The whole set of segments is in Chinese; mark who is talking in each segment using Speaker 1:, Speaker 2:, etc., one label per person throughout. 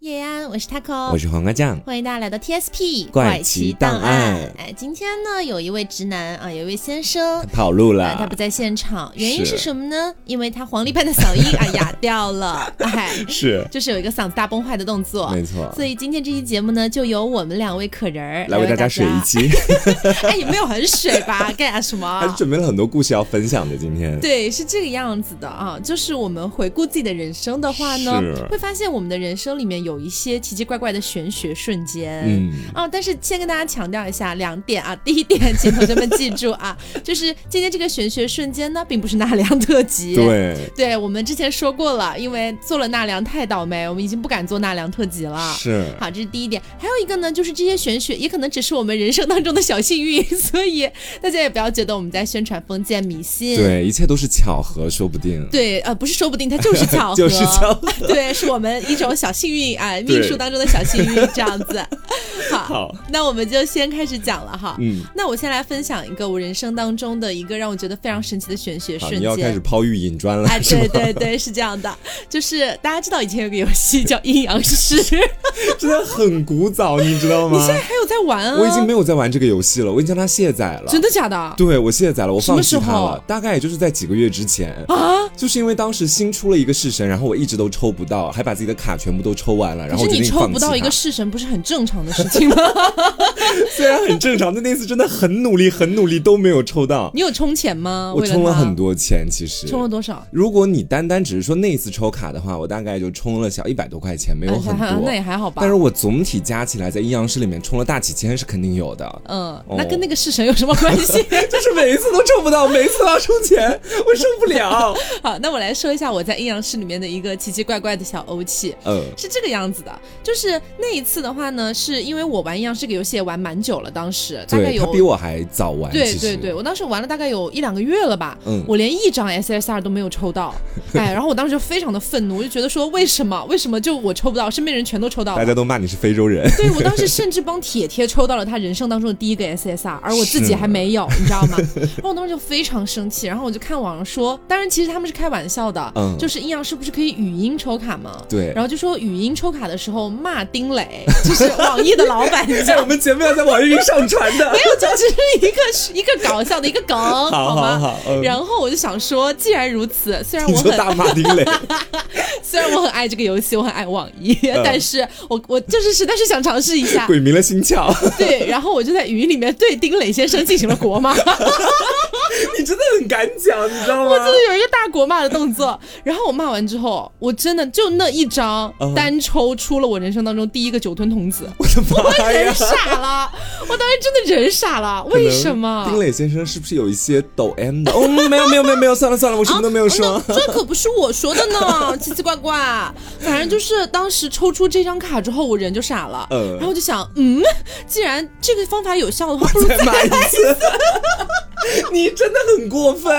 Speaker 1: 们，我是 Taco，
Speaker 2: 我是黄瓜酱。
Speaker 1: 欢迎大家来到 TSP
Speaker 2: 怪奇
Speaker 1: 奇
Speaker 2: 档案
Speaker 1: 案。哎，今天呢，有一位直男啊，有一位先生。
Speaker 2: 跑路
Speaker 1: 啊，他
Speaker 2: 了
Speaker 1: 不，在现场，原因
Speaker 2: 是
Speaker 1: 是什么呢？因为他黄历般的嗓音 啊哑掉了，哎，
Speaker 2: 是
Speaker 1: 就是有一个嗓子大崩坏的动作
Speaker 2: 没。错，
Speaker 1: 所以今天这期节目呢，就由我们两位可人儿
Speaker 2: 来为大家水 一期，
Speaker 1: 哎，也没有很水 吧？干什么？
Speaker 2: 还准备了很多故事要分享的。今天
Speaker 1: 啊对，是这个样子的啊，就是我们回顾自己的人生的话呢
Speaker 2: 是，
Speaker 1: 会发现我们的人生里面有一些奇奇怪怪的玄学瞬间。
Speaker 2: 嗯
Speaker 1: 啊，但是先跟大家强调一下两点啊，第一点，请同学们记住啊，就是今天这个玄学瞬间呢，并不是纳凉特辑。。
Speaker 2: 对，
Speaker 1: 对我们之前说过了，因为做了纳凉太倒霉，我们已经不敢做纳凉特辑了。
Speaker 2: 是
Speaker 1: 啊好，这是第一点。还有一个呢，就是这些玄学也可能只是我们人生当中的小幸运， 所以大家也不要觉得我们在宣传封建迷信。
Speaker 2: 对，一切都是巧合，说不定
Speaker 1: 对，呃，不是说不定它就是 巧合，
Speaker 2: 就是巧 合。
Speaker 1: 对，是我们一种小幸运啊，
Speaker 2: 对
Speaker 1: 命数当中的小幸运这样子。 好，
Speaker 2: 好
Speaker 1: 那我们就先开始讲了哈。
Speaker 2: 嗯，
Speaker 1: 那我先来分享一个我人生当中的一个让我觉得非常神奇的玄学
Speaker 2: 好，
Speaker 1: 瞬
Speaker 2: 你要开始
Speaker 1: 间。
Speaker 2: 抛玉引砖了
Speaker 1: 哎，，
Speaker 2: 是吗
Speaker 1: 对？对对，是这样的，就是大家知道以前有个游戏叫阴阳师， 你
Speaker 2: 真的很古早，你知道吗？
Speaker 1: 现在还有在玩啊？
Speaker 2: 我已经没有在玩这个游戏了，我已经将它卸载了。
Speaker 1: 真的假的？
Speaker 2: 对，我卸载了，我放弃它
Speaker 1: 什么时
Speaker 2: 了
Speaker 1: 候，
Speaker 2: 大概也就是在几个月之前啊，就是因为当时新出了一个式神，然后我一直都抽不到，还把自己的卡全部都抽完了，然
Speaker 1: 可
Speaker 2: 后
Speaker 1: 是
Speaker 2: 我决
Speaker 1: 你
Speaker 2: 定
Speaker 1: 抽
Speaker 2: 放
Speaker 1: 不
Speaker 2: 弃
Speaker 1: 到一
Speaker 2: 它
Speaker 1: 个。式神，不是很正常的事情吗？
Speaker 2: 虽然很正常，但那次真的很努力，很努力都没有抽到，
Speaker 1: 你有充钱吗？
Speaker 2: 我
Speaker 1: 为
Speaker 2: 充了
Speaker 1: 它
Speaker 2: 很，多钱，其实
Speaker 1: 充了多少？
Speaker 2: 如果你单单只是说那一次抽卡的话，我大概就充了小一百多块钱，没有很
Speaker 1: 啊
Speaker 2: 多
Speaker 1: 那。也还好吧。
Speaker 2: 但是我总体加起来，在阴阳师里面充了大几千是肯 定有的。
Speaker 1: 嗯，
Speaker 2: 哦
Speaker 1: 那跟那个式神有什么关系？
Speaker 2: 就是每一次都抽不到，每一次都要充钱， 我受不 了。
Speaker 1: 好，那我来说一下我在阴阳师里面的一个奇奇怪怪的小欧气。
Speaker 2: 呃，
Speaker 1: 是这个样子的，就是那一次的话呢，是因为我玩阴阳师这个游戏也玩蛮久了，当时大概
Speaker 2: 对
Speaker 1: 有
Speaker 2: 他比我还早玩，
Speaker 1: 对
Speaker 2: 其
Speaker 1: 对
Speaker 2: 实
Speaker 1: 对，，我当时玩了大概有一两个月了吧，
Speaker 2: 嗯
Speaker 1: 我连一张 SSR 都没有抽 到，哎，然后我当时就非常的愤怒，我就觉得说为什么为什么就我抽不到，身边人全都抽到
Speaker 2: 大
Speaker 1: 了。
Speaker 2: 家都骂你是非洲 人，
Speaker 1: 对我当时甚至帮铁铁抽到了他人生当中的第一个 SSR，而我自己还没有，你知道吗？然后我当时就非常生气，然后我就看网上说，当然其实他们是开玩笑的，
Speaker 2: 嗯
Speaker 1: 就是阴阳师不是可以语音抽卡吗？
Speaker 2: 对
Speaker 1: 然后就说语音抽卡的时候骂丁磊，就是网易的老板， 你知道
Speaker 2: 在
Speaker 1: 吗
Speaker 2: 我们节目要在网易云上传的
Speaker 1: 没。有，就只是一个一个搞笑的一个梗， 好
Speaker 2: 好
Speaker 1: 吗？
Speaker 2: 好好，嗯
Speaker 1: 然后我就想说，既然如此，虽然
Speaker 2: 你
Speaker 1: 我
Speaker 2: 说
Speaker 1: 很
Speaker 2: 大骂丁 磊，
Speaker 1: 虽然我很爱这个游戏，我很爱网易，
Speaker 2: 嗯
Speaker 1: 但是我我就是实在是想尝试一下，
Speaker 2: 鬼迷了心窍，
Speaker 1: 对，然后我就在语音里面对丁磊先生进行了国 骂，
Speaker 2: 你真的很敢讲，你知道吗？
Speaker 1: 我真的有一个大国骂的动作。然后我骂完之后，我真的就那一张
Speaker 2: 嗯
Speaker 1: 单抽出了我人生当中第一个酒吞童子，
Speaker 2: 我的妈呀
Speaker 1: 人！傻了，我当时真的人傻了，
Speaker 2: 可能
Speaker 1: 为什么？
Speaker 2: 丁磊先生是不是有一些抖 M 的？哦， 没有没有没有没有，算了算了，我什么都没有 说
Speaker 1: 啊。那这可不是我说的 呢，奇奇怪怪。反正就是当时抽出这张卡之后，我人就傻了，
Speaker 2: 嗯
Speaker 1: 然后我就想，嗯，既然这个方法有效的话，不如
Speaker 2: 再骂一次， 你真的很过分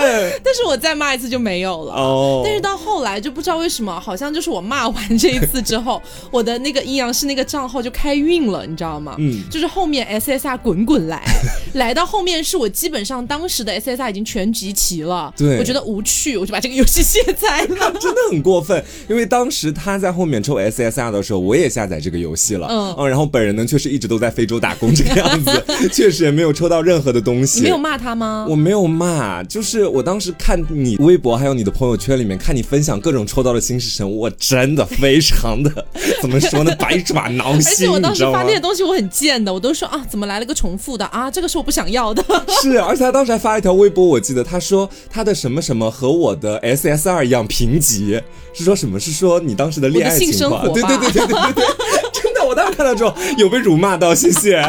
Speaker 1: 但是我再骂一次就没有了。
Speaker 2: 哦
Speaker 1: 但是到后来就不知道为什么，好像就是我骂完这一次之 后，我的那个阴阳师那个账号就开运了，你知道吗？
Speaker 2: 嗯
Speaker 1: 就是后面 SSR 滚滚 来，来到后面是我基本上当时的 SSR 已经全集齐了，
Speaker 2: 对
Speaker 1: 我觉得无趣，我就把这个游戏卸载 了。
Speaker 2: 真的很过分，因为当时他在后面抽 SSR 的时候，我也下载这个游戏了，哦
Speaker 1: 嗯
Speaker 2: 然后本人呢，确实一直都在非洲打工这个样 子，确实也没有抽到任何的东西。
Speaker 1: 你没有骂他吗？
Speaker 2: 我没有骂，就是我当时看你微博，还有你的朋友圈里面看你分享各种抽到的新式神，我真的非常的 怎么说呢，百爪挠
Speaker 1: 而且
Speaker 2: 心，
Speaker 1: 我
Speaker 2: 你
Speaker 1: 当
Speaker 2: 知
Speaker 1: 时
Speaker 2: 道
Speaker 1: 发
Speaker 2: 吗
Speaker 1: 那？些东西我很贱的，我都说啊，怎么来了个重复的啊？这个是我不想要的。
Speaker 2: 是，啊而且他当时还发了一条微博，我记得他说他的什么什么和我的 SSR 一样贫瘠，是说什么？是说你当时的恋爱
Speaker 1: 我的性
Speaker 2: 情
Speaker 1: 生
Speaker 2: 况？
Speaker 1: 活
Speaker 2: 对对
Speaker 1: 吧
Speaker 2: 对对对对对，真的，我当时看到之后有被辱骂到，谢谢。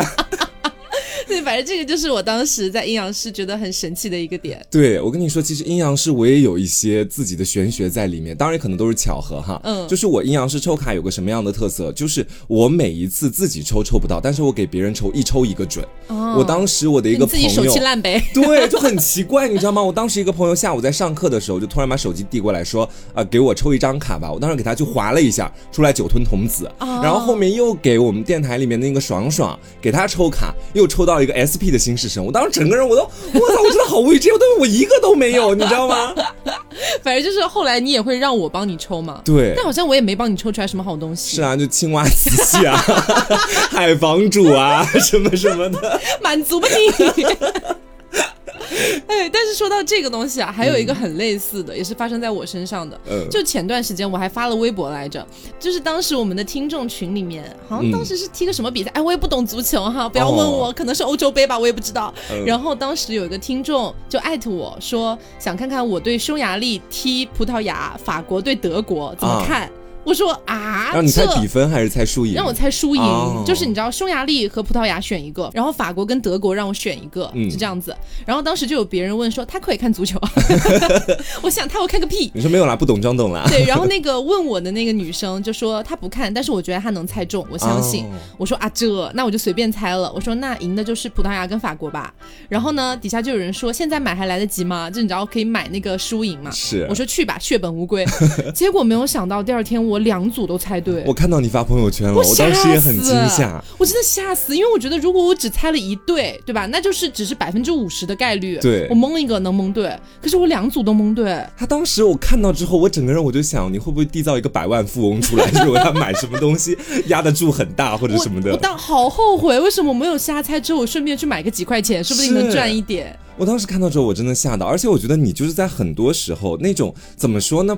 Speaker 1: 对，反正这个就是我当时在阴阳师觉得很神奇的一个点。
Speaker 2: 对，我跟你说，其实阴阳师我也有一些自己的玄学在里面，当然可能都是巧合哈。
Speaker 1: 嗯
Speaker 2: 就是我阴阳师抽卡有个什么样的特色，就是我每一次自己抽抽不到，但是我给别人抽一抽一个准。
Speaker 1: 哦
Speaker 2: 我当时我的一个
Speaker 1: 你
Speaker 2: 朋
Speaker 1: 自己手
Speaker 2: 友
Speaker 1: 气。烂呗。
Speaker 2: 对，就很奇怪，你知道吗？我当时一个朋友下午在上课的时候，就突然把手机递过来说，呃，给我抽一张卡吧。我当时给他就划了一下，出来酒吞童子，
Speaker 1: 哦
Speaker 2: 然后后面又给我们电台里面那个爽爽给他抽卡，又抽到一个 SP 的新 式神。我当时整个人我都，我操，我真的好未知，我都我一个都没有，你知道吗？
Speaker 1: 反反正就是后来你也会让我帮你抽嘛。
Speaker 2: 对
Speaker 1: 但，好像我也没帮你抽出来什么好东西。
Speaker 2: 是啊，就青蛙瓷器啊， 海房主啊，什么什么的，
Speaker 1: 满足吧你。 哎，但是说到这个东西啊，还有一个很类似的，也是发生在我身上的。
Speaker 2: 嗯，
Speaker 1: 就前段时间我还发了微博来着，就是当时我们的听众群里面，好像当时是踢个什么比赛，哎，我也不懂足球哈，不要问我，可能是欧洲杯吧，我也不知道。
Speaker 2: 哦嗯
Speaker 1: 然后当时有一个听众就艾特我说，想看看我对匈牙利踢葡萄牙，法国对德国怎么
Speaker 2: 啊
Speaker 1: 看。我说啊，
Speaker 2: 让你猜
Speaker 1: 这
Speaker 2: 比分还是猜输赢？
Speaker 1: 让我猜输赢，
Speaker 2: 哦
Speaker 1: 就是你知道匈牙利和葡萄牙选一个，然后法国跟德国让我选一个，
Speaker 2: 嗯
Speaker 1: 是这样子。然后当时就有别人问说他可以看足球啊， 我想他会看个屁。
Speaker 2: 你说没有啦，不懂装懂啦。
Speaker 1: 对，然后那个问我的那个女生就说她不看，但是我觉得她能猜中，我相信。
Speaker 2: 哦
Speaker 1: 我说啊这，那我就随便猜了。我说那赢的就是葡萄牙跟法国吧。然后呢，底下就有人说现在买还来得及吗？就你知道可以买那个输赢嘛。
Speaker 2: 是啊
Speaker 1: 我说去吧，血本无归。 结果没有想到第二天我两组都猜对。
Speaker 2: 我看到你发朋友圈了，
Speaker 1: 我
Speaker 2: 我
Speaker 1: 吓
Speaker 2: 当时也很惊
Speaker 1: 死
Speaker 2: 吓。
Speaker 1: 我真的吓死，因为我觉得如果我只猜了一对，对吧？那就是只是百分之五十的概率，
Speaker 2: 对
Speaker 1: 我蒙一个能蒙对，可是我两组都蒙对，
Speaker 2: 他当时我看到之后，我整个人我就想，你会不会缔造一个百万富翁出来？就是我要买什么东西 压得住很大或者
Speaker 1: 我
Speaker 2: 什么的。
Speaker 1: 我当好后悔，为什么我没有瞎猜之后，我顺便去买个几块钱，说不定能
Speaker 2: 是
Speaker 1: 赚一点。
Speaker 2: 我当时看到之后，我真的吓到，而且我觉得你就是在很多时候那种怎么说呢，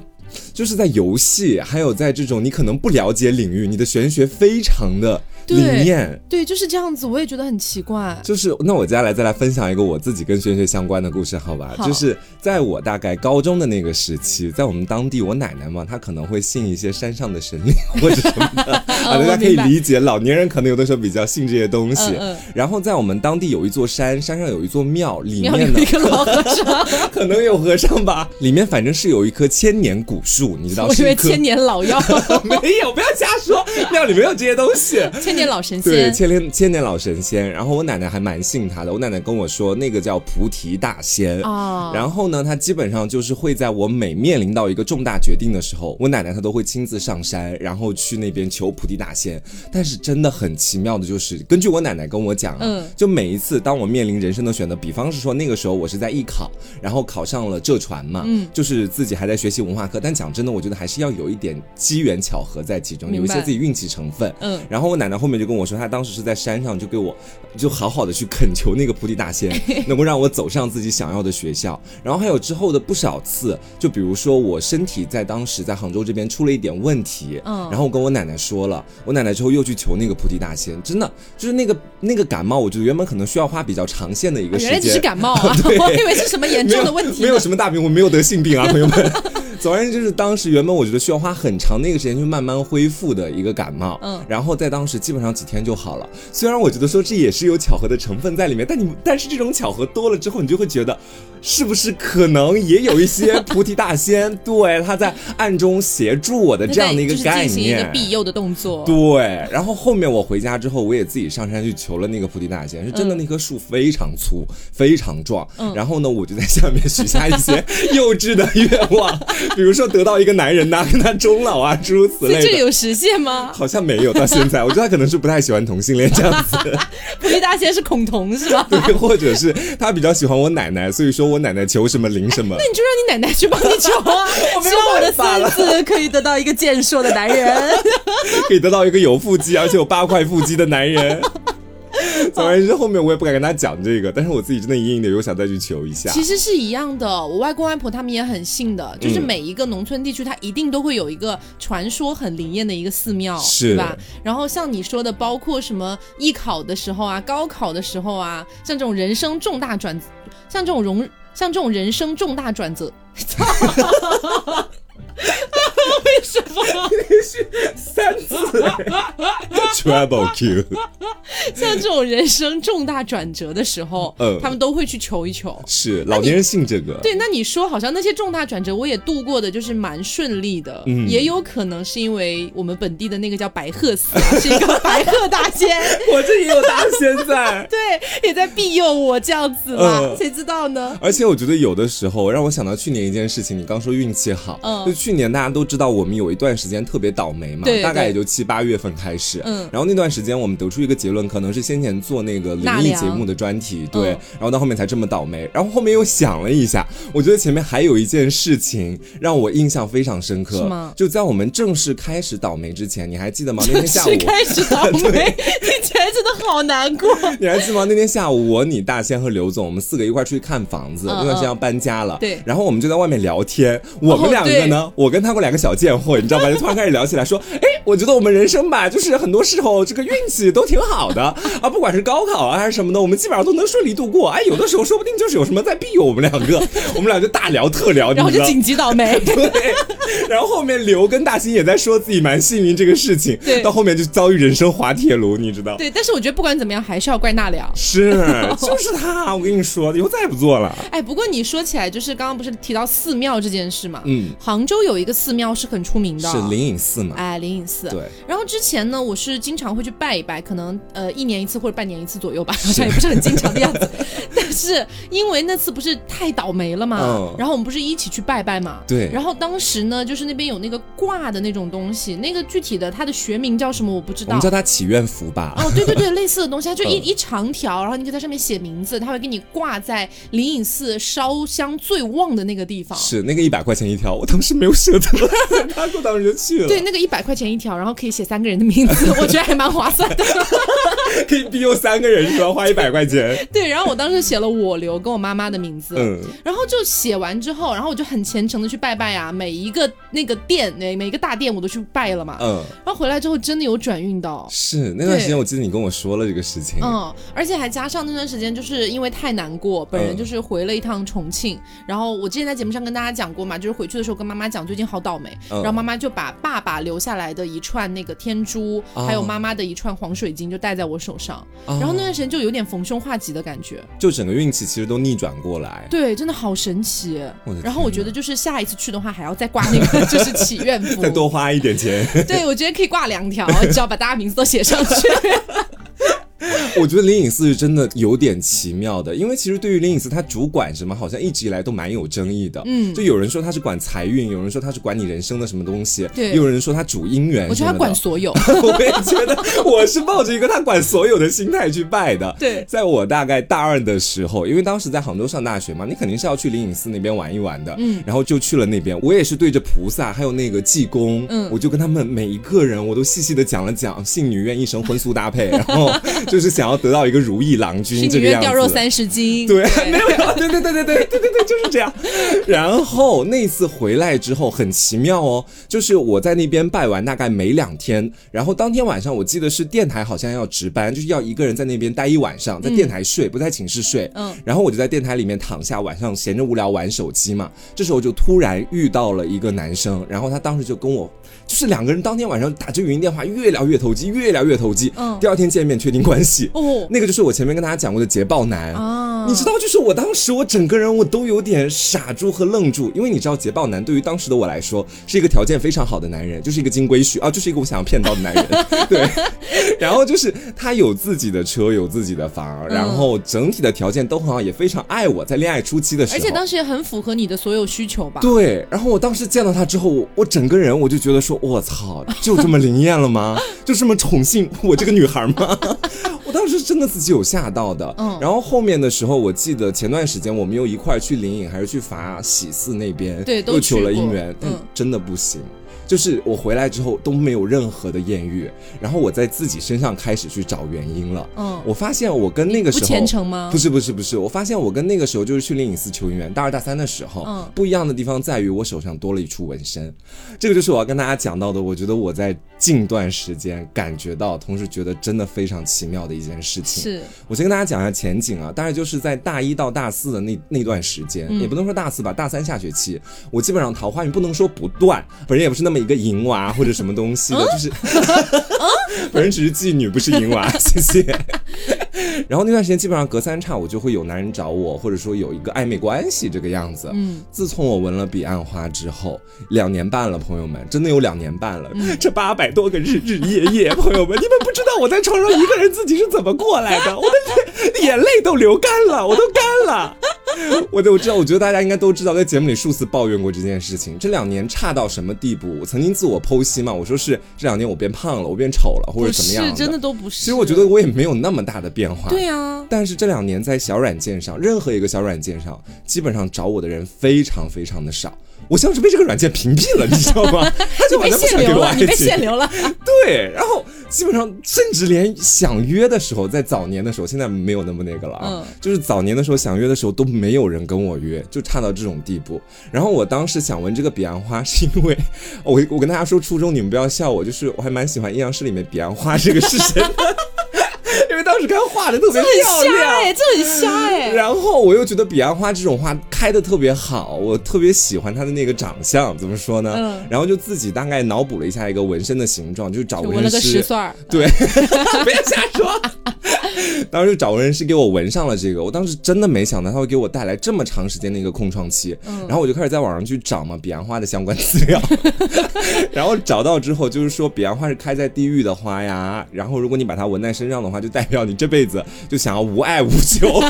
Speaker 2: 就是在游戏，还有在这种你可能不了解领域，你的玄学非常的
Speaker 1: 对
Speaker 2: 灵验。
Speaker 1: 对，就是这样子，我也觉得很奇怪。
Speaker 2: 就是那我接下来再来分享一个我自己跟玄学相关的故事，好吧？
Speaker 1: 好
Speaker 2: 就是在我大概高中的那个时期，在我们当地，我奶奶嘛，她可能会信一些山上的神灵或者 什么的，啊，大
Speaker 1: 哦我
Speaker 2: 家可以
Speaker 1: 明白
Speaker 2: 理解，老年人可能有的时候比较信这些东西
Speaker 1: 嗯。嗯，
Speaker 2: 然后在我们当地有一座山，山上有一座庙，里
Speaker 1: 庙
Speaker 2: 面
Speaker 1: 里
Speaker 2: 呢
Speaker 1: 有一个老和 尚，
Speaker 2: 可能有和尚吧，里面反正是有一棵千年古树，你知道
Speaker 1: 我以
Speaker 2: 是
Speaker 1: 为
Speaker 2: 一棵
Speaker 1: 千年老妖、
Speaker 2: 没有，不要瞎说，庙里没有这些东西。
Speaker 1: 千年老神
Speaker 2: 对，
Speaker 1: 仙。
Speaker 2: 千年千年老神仙。然后我奶奶还蛮信他的，我奶奶跟我说那个叫菩提大仙。
Speaker 1: 啊，
Speaker 2: 然后呢，他基本上就是会在我每面临到一个重大决定的时候，我奶奶她都会亲自上山，然后去那边求菩提大仙。但是真的很奇妙的就是，根据我奶奶跟我讲啊，
Speaker 1: 嗯
Speaker 2: 就每一次当我面临人生的选择，比方是说那个时候我是在艺考，然后考上了浙传嘛，
Speaker 1: 嗯
Speaker 2: 就是自己还在学习文化课。但讲真的，我觉得还是要有一点机缘巧合在其中，
Speaker 1: 明
Speaker 2: 有一
Speaker 1: 白
Speaker 2: 些自己运气成分。
Speaker 1: 嗯，
Speaker 2: 然后我奶奶后面就跟我说，她当时是在山上，就给我就好好的去恳求那个菩提 大仙，能够让我走上自己想要的学校。然后还有之后的不少次，就比如说我身体在当时在杭州这边出了一点问题，
Speaker 1: 嗯
Speaker 2: 然后我跟我奶奶说了，我奶奶之后又去求那个菩提大仙，真的就是那个那个感冒，我觉得原本可能需要花比较长线的一个时
Speaker 1: 原
Speaker 2: 间，
Speaker 1: 来只是感冒啊，
Speaker 2: 对
Speaker 1: 我以为是什么严重的问题
Speaker 2: 没有，没
Speaker 1: 呢
Speaker 2: 有。什么大病，我没有得性病啊，朋友们。 总而言之，就是当时原本我觉得需要花很长的一个时间去慢慢恢复的一个感冒，
Speaker 1: 嗯
Speaker 2: 嗯，然后在当时基本上几天就好了。虽然我觉得说这也是有巧合的成分在里面，但你但是这种巧合多了之后，你就会觉得，是不是可能也有一些菩提大仙对他在暗中协助我的这样的一个
Speaker 1: 就是
Speaker 2: 概
Speaker 1: 进行一个
Speaker 2: 念？
Speaker 1: 庇佑的动作。
Speaker 2: 对，然后后面我回家之后，我也自己上山去求了那个菩提大仙，是真的
Speaker 1: 嗯
Speaker 2: 那棵树非常粗，非常壮。
Speaker 1: 嗯
Speaker 2: 然后呢，我就在下面许下一些幼稚的愿望，比如说得到一个男人呐、跟他终老啊，诸如此
Speaker 1: 所以
Speaker 2: 类
Speaker 1: 这个
Speaker 2: 的。
Speaker 1: 有实现吗？
Speaker 2: 好像没有到现在，我觉得他可能是不太喜欢同性恋这 样子，
Speaker 1: 普利大仙是恐同是吧？
Speaker 2: 对，或者是他比较喜欢我奶奶，所以说我奶奶求什么灵什么。
Speaker 1: 那你就让你奶奶去帮你求 啊！
Speaker 2: 没有
Speaker 1: 希望我的
Speaker 2: 办法
Speaker 1: 孙
Speaker 2: 了
Speaker 1: 子可以得到一个健硕的男 人。
Speaker 2: 啊可以得到一个有腹肌而且有八块腹肌的男人。 总而言之，后面我也不敢跟他讲这个，但是我自己真的隐隐的有想再去求一下。
Speaker 1: 其实是一样的，我外公外婆他们也很信的，就是
Speaker 2: 嗯
Speaker 1: 每一个农村地区，它一定都会有一个传说很灵验的一个寺庙，
Speaker 2: 是
Speaker 1: 对吧？然后像你说的，包括什么艺考的时候啊，高考的时候啊，像这种人生重大转，像这种容，像这种人生重大转折， 操！为什么？
Speaker 2: 三次 trouble Q，
Speaker 1: 像这种人生重大转折的时候，
Speaker 2: 嗯
Speaker 1: 他们都会去求一求。
Speaker 2: 是老年人信这个，
Speaker 1: 对，那你说好像那些重大转折，我也度过的，就是蛮顺利的，
Speaker 2: 嗯
Speaker 1: 也有可能是因为我们本地的那个叫白鹤寺、啊， 是一个白鹤大仙，
Speaker 2: 我这也有答现在。
Speaker 1: 对，也在庇佑我这样子嘛，
Speaker 2: 嗯
Speaker 1: 谁知道呢？
Speaker 2: 而且我觉得有的时候让我想到去年一件事情，你刚说运气好，
Speaker 1: 嗯
Speaker 2: 就去年大家都知道我们有一段时间特别倒霉嘛，
Speaker 1: 对对
Speaker 2: 大概也就七八月份开始。
Speaker 1: 嗯
Speaker 2: 然后那段时间我们得出一个结论，可能是先前做那个灵
Speaker 1: 纳
Speaker 2: 异
Speaker 1: 凉
Speaker 2: 节目的专题，
Speaker 1: 嗯
Speaker 2: 对，然后到后面才这么倒霉。然后后面又想了一下，我觉得前面还有一件事情让我印象非常深刻，
Speaker 1: 是吗
Speaker 2: 就在我们正式开始倒霉之前，你还记得吗？那天下午
Speaker 1: 是。开始倒 霉， 听起来真的好难过。
Speaker 2: 你还记得吗？那天下午，我、你、大仙和刘总，我们四个一块出去看房子。
Speaker 1: 嗯
Speaker 2: 那段时间要搬家了，
Speaker 1: 对
Speaker 2: 然后我们就在外面聊天。我们
Speaker 1: 哦
Speaker 2: 两个呢，我跟他过两个小贱货，你知道吧？就突然开始聊起来，说：“哎，我觉得我们人生吧，就是很多时候这个运气都挺 好的啊，不管是高考啊还是什么的，我们基本上都能顺利度过。哎，有的时候说不定就是有什么在庇佑我们两 个。我们俩就大聊特聊，你
Speaker 1: 然后
Speaker 2: 知
Speaker 1: 就
Speaker 2: 道。”
Speaker 1: 紧急倒霉，
Speaker 2: 对，然后后面刘跟大兴也在说自己蛮幸运这个事情，
Speaker 1: 对
Speaker 2: 到后面就遭遇人生滑铁卢，你知道？
Speaker 1: 对，但是我觉得不管怎么样，还是要怪纳凉。
Speaker 2: 是，就是他，我跟你说，以后再也不做了。
Speaker 1: 哎，不过你说起来，就是刚刚不是提到寺庙这件事嘛？
Speaker 2: 嗯，
Speaker 1: 杭州有一个寺庙是很出名的，
Speaker 2: 是灵隐寺嘛？
Speaker 1: 哎灵隐寺。
Speaker 2: 对，
Speaker 1: 然后之前呢，我是经常会去拜一拜，可能呃一年一次或者半年一次左右吧，好 像也不是很经常的样子。但是因为那次不是太倒霉了嘛，
Speaker 2: 嗯
Speaker 1: 然后我们不是一起去拜拜嘛，
Speaker 2: 对
Speaker 1: 然后当时呢，就是那边有那个挂的那种东西，那个具体的它的学名叫什么我不知
Speaker 2: 我
Speaker 1: 道
Speaker 2: 们。叫它祈愿符吧。
Speaker 1: 哦，对 对对，类似的东西，它就一、
Speaker 2: 嗯
Speaker 1: 一长条，然后你可以在上面写名字，它会给你挂在灵隐寺烧香最旺的那个地方。
Speaker 2: 是那个一百块钱一条，我当时没有舍得，他我当时就去了。
Speaker 1: 对，，那个一百块钱一条，然后可以写三个人的名字， 我觉得还蛮划算的。
Speaker 2: 可以庇佑三个人，是吧？花一百块钱，
Speaker 1: 对，然后我当时写了我刘跟我妈妈的名字，
Speaker 2: 嗯，
Speaker 1: 然后就写完之后，然后我就很虔诚的去拜拜啊，每一个那个店，每每一个大店我都去拜了嘛。
Speaker 2: 嗯，
Speaker 1: 然后回来之后真的有转运到，
Speaker 2: 是那段时间，
Speaker 1: 对
Speaker 2: 我记得你跟我说了这个事情。
Speaker 1: 嗯，而且还加上那段时间，就是因为太难过，本人
Speaker 2: 嗯
Speaker 1: 就是回了一趟重庆，然后我之前在节目上跟大家讲过嘛，就是回去的时候跟妈妈讲最近好倒霉，
Speaker 2: 嗯
Speaker 1: 然后妈妈就把爸爸留下来的一串那个天珠，
Speaker 2: 哦
Speaker 1: 还有妈妈的一串黄水晶就戴在我手上，
Speaker 2: 哦
Speaker 1: 然后那段时间就有点逢凶化吉的感觉，
Speaker 2: 就整个运气其实都逆转过来。
Speaker 1: 对，真的好神奇
Speaker 2: 我的。
Speaker 1: 然后我觉得就是下一次去的话，还要再挂那个就是祈愿符
Speaker 2: 再，多花一点钱，
Speaker 1: 对我觉得可以挂两条，只要把大家名字都写上去。
Speaker 2: 我觉得灵隐寺是真的有点奇妙的，因为其实对于灵隐寺，它主管什么，好像一直以来都蛮有争议的。嗯，就有人说它是管财运，有人说它是管你人生的什么东西，
Speaker 1: 对
Speaker 2: 也有人说它主姻缘。
Speaker 1: 我觉得他管。所有，
Speaker 2: 我也觉得我是抱着一个他管所有的心态去拜的。
Speaker 1: 对
Speaker 2: 在我大概大二的时候，因为当时在杭州上大学嘛，你肯定是要去灵隐寺那边玩一玩的。嗯，然后就去了那边，我也是对着菩萨还有那个济公，
Speaker 1: 嗯
Speaker 2: 我就跟他们每一个人我都细细的讲了讲，信女愿一生荤素搭配，然后 就是想要得到一个如意郎
Speaker 1: 是
Speaker 2: 君
Speaker 1: 你
Speaker 2: 这个
Speaker 1: 愿
Speaker 2: 样子。
Speaker 1: 掉肉三十斤，
Speaker 2: 对，没有没有，对对对对对对对对，就是这样。 然后那次回来之后很奇妙哦，就是我在那边拜完大概没两天，然后当天晚上我记得是电台好像要值班，就是要一个人在那边待一晚上，在电台睡，不在寝室睡。
Speaker 1: 嗯
Speaker 2: 然后我就在电台里面躺下，晚上闲着无聊玩手机嘛。这时候就突然遇到了一个男生，然后他当时就跟我，就是两个人当天晚上打着语音电话，越聊越投机，越聊越投机。
Speaker 1: 嗯
Speaker 2: 第二天见面确定关系。
Speaker 1: 哦
Speaker 2: 那个就是我前面跟大家讲过的捷豹男
Speaker 1: 啊
Speaker 2: 你知道，就是我当时我整个人我都有点傻住和愣住，因为你知道捷豹男对于当时的我来说是一个条件非常好的男人，就是一个金龟婿啊，就是一个我想要骗到的 男人，对。然后就是他有自己的车，有自己的房，
Speaker 1: 嗯
Speaker 2: 然后整体的条件都很好，也非常爱我，在恋爱初期的时候。
Speaker 1: 而且当时也很符合你的所有需求吧？
Speaker 2: 对，然后我当时见到他之后，我我整个人我就觉得说，我操， 就这么灵验 了吗？就这么宠幸我这个女孩吗？ 我当时真的自己有吓到的。
Speaker 1: 嗯
Speaker 2: 然后后面的时候，我记得前段时间我们又一块儿去灵隐还是去法喜寺那边，
Speaker 1: 对都
Speaker 2: 又
Speaker 1: 去
Speaker 2: 求
Speaker 1: 过
Speaker 2: 了姻缘，但
Speaker 1: 嗯
Speaker 2: 真的不行。就是我回来之后都没有任何的艳遇，然后我在自己身上开始去找原因了。
Speaker 1: 嗯
Speaker 2: 我发现我跟那个时
Speaker 1: 不
Speaker 2: 候
Speaker 1: 虔诚吗
Speaker 2: 不是不是不是，我发现我跟那个时候就是去灵隐寺求姻缘，大二大三的时候，
Speaker 1: 嗯
Speaker 2: 不一样的地方在于我手上多了一处纹身，这个就是我要跟大家讲到的。我觉得我在近段时间感觉到，同时觉得真的非常奇妙的一件事情。
Speaker 1: 是
Speaker 2: 我先跟大家讲一下前景啊，大概就是在大一到大四的那那段时间，
Speaker 1: 嗯
Speaker 2: 也不能说大四吧，大三下学期，我基本上桃花运不能说不断，本人也不是那么一个淫娃或者什么东西的，
Speaker 1: 嗯
Speaker 2: 就是， 本人只是妓女，不是淫娃，谢谢。然后那段时间基本上隔三差五就会有男人找我，或者说有一个暧昧关系这个样子。嗯，自从我闻了彼岸花之后，两年半了，朋友们，真的有两年半了，
Speaker 1: 嗯
Speaker 2: 这八百多个日日夜夜，朋友们，你们不知道我在床 上一个人自己是怎么过来的，我的眼泪都流干了，我都干了。 我对我知道，我觉得大家应该都知道，在节目里数次抱怨过这件事情。这两年差到什么地步？我曾经自我剖析嘛，我说是这两年我变胖了，我变丑了，或者
Speaker 1: 不
Speaker 2: 怎么
Speaker 1: 是
Speaker 2: 样，
Speaker 1: 真的。都不是。
Speaker 2: 其实我觉得我也没有那么大的变化。
Speaker 1: 对啊，
Speaker 2: 但是这两年在小软件上，任何一个小软件上，基本上找我的人非常非常的少。我像是被这个软件屏蔽了，你知道 吗？他就
Speaker 1: 你被
Speaker 2: 好像不
Speaker 1: 限
Speaker 2: 想给
Speaker 1: 流
Speaker 2: 我
Speaker 1: 了，
Speaker 2: 爱
Speaker 1: 你被
Speaker 2: 情。
Speaker 1: 限 流了。
Speaker 2: 对，然后基本上甚至连想约的时候，在早年的时候，现在没有那么那个了啊，
Speaker 1: 嗯
Speaker 2: 就是早年的时候想约的时候都没有人跟我约，就差到这种地步。然后我当时想纹这个彼岸花，是因为 我我跟大家说初衷，你们不要笑我，就是我还蛮喜欢阴阳师里面彼岸花这个式神的， 因为当时看画的特别漂
Speaker 1: 很瞎
Speaker 2: 亮。
Speaker 1: 哎，这很瞎哎。
Speaker 2: 然后我又觉得彼岸花这种花开的特别好，我特别喜欢它的那个长相，怎么说呢？
Speaker 1: 嗯
Speaker 2: 然后就自己大概脑补了一下一个纹身的形状，就找
Speaker 1: 我
Speaker 2: 纹
Speaker 1: 纹了
Speaker 2: 身
Speaker 1: 个
Speaker 2: 师
Speaker 1: 十。蒜儿，
Speaker 2: 对， 不要瞎说。 当时就找纹身师给我纹上了这个，我当时真的没想到他会给我带来这么长时间的一个空窗期。
Speaker 1: 嗯
Speaker 2: 然后我就开始在网上去找嘛，彼岸花的相关资料。 然后找到之后，就是说彼岸花是开在地狱的花呀。然后如果你把它纹在身上的话，就代表你这辈子就想要无爱无 求。我没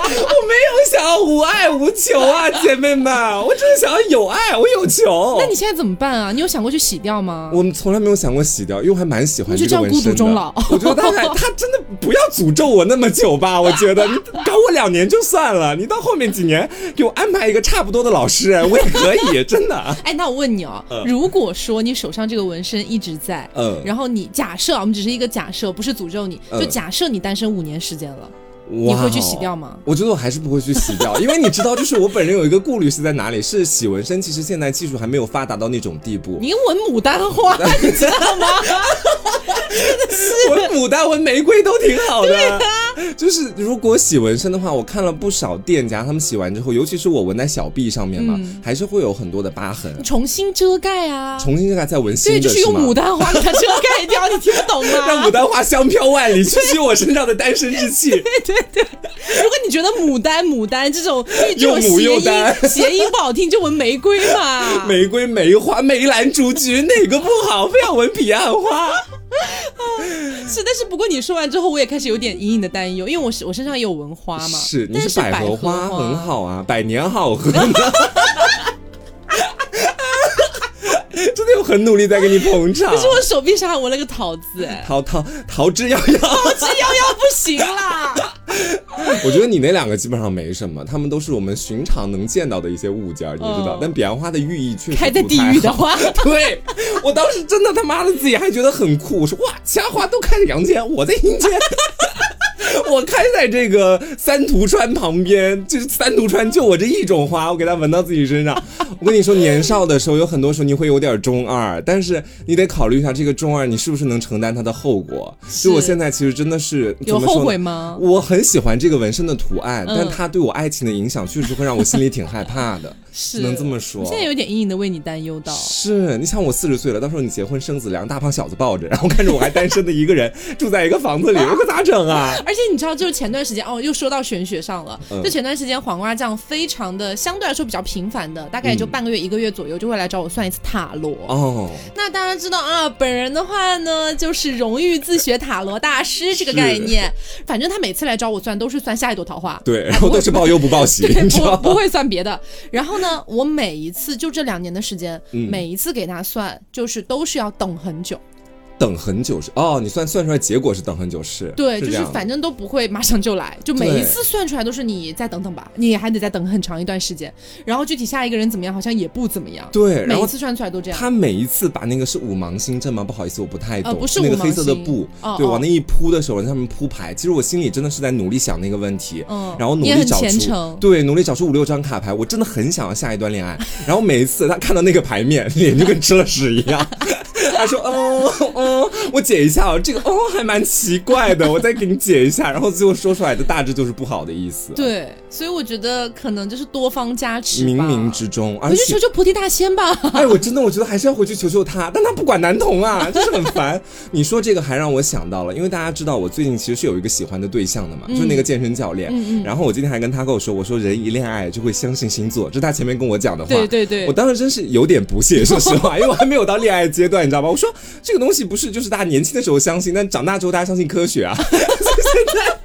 Speaker 2: 有想要无爱无求啊，姐妹们，我只是想要有爱，我有求。
Speaker 1: 那你现在怎么办啊？你有想过去洗掉吗？
Speaker 2: 我们从来没有想过洗掉，因为我还蛮喜欢
Speaker 1: 你就
Speaker 2: 这
Speaker 1: 这样
Speaker 2: 个纹
Speaker 1: 孤独
Speaker 2: 身的
Speaker 1: 终老
Speaker 2: 我觉得 大概他真的不要诅咒我那么久吧，我觉得你搞我两年就算了，你到后面几年给我安排一个差不多的老师，我也可以，真的。
Speaker 1: 哎，那我问你哦，
Speaker 2: 嗯
Speaker 1: 如果说你手上这个纹身一直在，
Speaker 2: 嗯
Speaker 1: 然后你假设啊，我们只是一个假设，不是诅咒你，
Speaker 2: 嗯
Speaker 1: 就假设你单身五年时间了，
Speaker 2: 你
Speaker 1: 会去洗掉吗
Speaker 2: 哦我觉得我还是不会去洗掉，因为你知道，就是我本人有一个顾虑是在哪里，是洗纹身，其实现代技术还没有发达到那种地步。
Speaker 1: 你纹牡丹 花，你知道吗？
Speaker 2: 纹牡丹、纹玫瑰都挺好的。
Speaker 1: 啊
Speaker 2: 就是如果洗纹身的话，我看了不少店家，他们洗完之后，尤其是我纹在小臂上面嘛，
Speaker 1: 嗯
Speaker 2: 还是会有很多的疤痕。
Speaker 1: 重新遮盖啊，
Speaker 2: 重新再再纹新
Speaker 1: 对，
Speaker 2: 的，
Speaker 1: 就是用
Speaker 2: 吗
Speaker 1: 牡丹花给它遮盖掉，你听不懂
Speaker 2: 让
Speaker 1: 吗
Speaker 2: 牡？丹花香飘万里，去去我身上的单身 之气。
Speaker 1: 如果你觉得牡丹牡丹这 种这
Speaker 2: 又
Speaker 1: 种
Speaker 2: 母
Speaker 1: 谐
Speaker 2: 又
Speaker 1: 音
Speaker 2: 丹
Speaker 1: 谐音不好听，就纹玫瑰嘛。
Speaker 2: 玫瑰、梅花、梅兰竹菊，哪个不好？非要纹彼岸花？
Speaker 1: 是，但是不过你说完之后，我也开始有点隐隐的担忧，因为我是我身上也有纹花嘛，
Speaker 2: 是，你
Speaker 1: 但
Speaker 2: 是百
Speaker 1: 合
Speaker 2: 合花，很。好啊，百年好合呢。 真的有很努力在给你捧场
Speaker 1: 可。是我手臂上还纹了个桃子，哎，
Speaker 2: 桃桃桃之夭夭，
Speaker 1: 这幺幺不行 啦。
Speaker 2: 我觉得你那两个基本上没什么，他们都是我们寻常能见到的一些物件儿，你知道
Speaker 1: 嗯。
Speaker 2: 但彼岸花的寓意确实
Speaker 1: 开在
Speaker 2: 不
Speaker 1: 地
Speaker 2: 太
Speaker 1: 狱的
Speaker 2: 好
Speaker 1: 话，
Speaker 2: 对我当时真的他妈的自己还觉得很酷，我说哇，其他花都开在阳间，我在阴间。 我开在这个三途川旁边，就是三途川就我这一种花，我给它纹到自己身上。我跟你说，年少的时候有很多时候你会有点中二，但是你得考虑一下这个中二你是不是能承担它的后果。所以我现在其实真的是
Speaker 1: 有
Speaker 2: 怎么说呢
Speaker 1: 后悔吗
Speaker 2: 我很喜欢这个纹身的图案，但
Speaker 1: 嗯
Speaker 2: 它对我爱情的影响确实会让我心里挺害怕的，
Speaker 1: 是
Speaker 2: 只能这么说。
Speaker 1: 我现在有点隐隐的为你担忧到。
Speaker 2: 是你想我四十岁了，到时候你结婚生子，两个大胖小子抱着，然 后看着我还单身的一个人住在一个房 子里，我可咋整啊？
Speaker 1: 而且你知道，就是前段时间哦，又说到玄学上了。
Speaker 2: 嗯
Speaker 1: 就前段时间，黄瓜酱非常的相对来说比较频繁的，大概也就半个月、一个月左右，就会来找我算一次塔罗。
Speaker 2: 哦，
Speaker 1: 那大家知道啊，本人的话呢，就是荣誉自学塔罗大师这个概念。反正他每次来找我算，都是算下一朵桃花。
Speaker 2: 对，然后都是报忧不报喜，
Speaker 1: 对，
Speaker 2: 你知道
Speaker 1: 不不
Speaker 2: 吗？
Speaker 1: 会算别的。然后呢，我每一次就这两年的时间，
Speaker 2: 嗯
Speaker 1: 每一次给他算，就是都是要等很久。
Speaker 2: 等很久是哦，你算算出来结果是等很久是？
Speaker 1: 对，
Speaker 2: 是
Speaker 1: 就
Speaker 2: 这
Speaker 1: 是
Speaker 2: 样的
Speaker 1: 反正都不会马上就来，就每一次算出来都是你再等等吧，你还得再等很长一段时间。然后具体下一个人怎么样，好像也不怎么样。
Speaker 2: 对，然
Speaker 1: 每一
Speaker 2: 后
Speaker 1: 次算出来都这样。
Speaker 2: 他每一次把那个是五芒星阵吗？不好意思，我不太懂。
Speaker 1: 呃不是
Speaker 2: 那个
Speaker 1: 五芒
Speaker 2: 黑色的
Speaker 1: 星
Speaker 2: 布，
Speaker 1: 哦
Speaker 2: 对，
Speaker 1: 哦
Speaker 2: 往那一铺的时候，上面铺牌。其实我心里真的是在努力想那个问题，
Speaker 1: 嗯
Speaker 2: 然后努
Speaker 1: 你也
Speaker 2: 力
Speaker 1: 很
Speaker 2: 找
Speaker 1: 虔
Speaker 2: 出，
Speaker 1: 诚
Speaker 2: 对，努力找出五六张卡牌。我真的很想要下一段恋爱。 然后每一次他看到那个牌面，脸就跟吃了屎一样。 他说：“哦哦，我解一下哦，这个哦还蛮奇怪的，我再给你解一下。”然后最后说出来的大致就是不好的意思。，
Speaker 1: 对，所以我觉得可能就是多方加持
Speaker 2: 冥
Speaker 1: 吧。
Speaker 2: 冥之中，而
Speaker 1: 我就
Speaker 2: 且
Speaker 1: 求求菩提大仙吧。
Speaker 2: 哎，我真的我觉得还是要回去求求他，但他不管男童啊，就是很烦。 你说这个还让我想到了，因为大家知道我最近其实是有一个喜欢的对象的嘛，就是
Speaker 1: 嗯
Speaker 2: 那个健身教练。然后我今天还跟他跟我说，我说人一恋爱就会相信星座，这是他前面跟我讲的话。
Speaker 1: 对对对
Speaker 2: 我当时真是有点不屑，说实话，因为我还没有到恋爱阶段，你知道吧？我说这个 东西不是就是大家年轻的时候相信，但长大之后大家相信科学啊。所以现在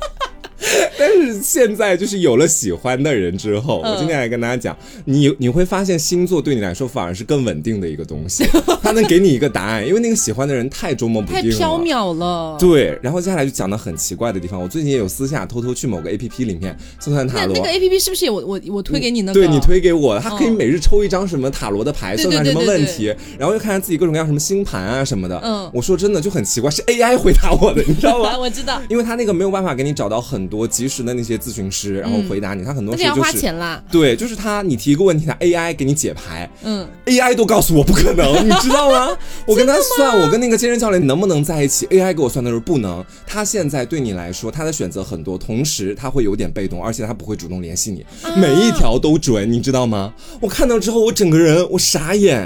Speaker 2: 但是 现在就是有了喜欢的人之后，
Speaker 1: 嗯
Speaker 2: 我今天来跟大家讲，你你会发现星座对你来说反而是更稳定的一个 东西，它能给你一个答案，因为那个喜欢的人太捉摸不
Speaker 1: 太
Speaker 2: 定了。
Speaker 1: 缥缈了。
Speaker 2: 对，然后接下来就讲到很奇怪的地方。我最近也有私下偷偷去某个 A P P 里面算算塔
Speaker 1: 那
Speaker 2: 罗，嗯
Speaker 1: 那个 A P P 是不是也我我我推给你那个？
Speaker 2: 对你推给我，它可以
Speaker 1: 嗯
Speaker 2: 每日抽一张什么塔罗的牌，
Speaker 1: 对
Speaker 2: 算算
Speaker 1: 对
Speaker 2: 什
Speaker 1: 对
Speaker 2: 么
Speaker 1: 对
Speaker 2: 问
Speaker 1: 对
Speaker 2: 题，然后又看看自己各种各样什么星盘啊什么的。
Speaker 1: 嗯
Speaker 2: 我说真的就很奇怪，是 AI 回答我的，你知道 吗？
Speaker 1: 我知 道，
Speaker 2: 因为他那个没有办法给你找到很多及时的那些咨询师，然后回答你，他很多
Speaker 1: 嗯那
Speaker 2: 时
Speaker 1: 这要
Speaker 2: 候就
Speaker 1: 花
Speaker 2: 是
Speaker 1: 钱啦。
Speaker 2: 对，就是他你提一个问题，他 AI 给你解牌，
Speaker 1: 嗯，
Speaker 2: AI 都告诉我不可 能，你知道吗？我跟他算，我跟那个健身教练能不能在一起？AI 给我算的时候不能。他现在对你来说，他的选择很多，同时他会有点被动，而且他不会主动联系你，
Speaker 1: 啊
Speaker 2: 每一条都准，你知道吗？我看到之后，我整个人我傻眼，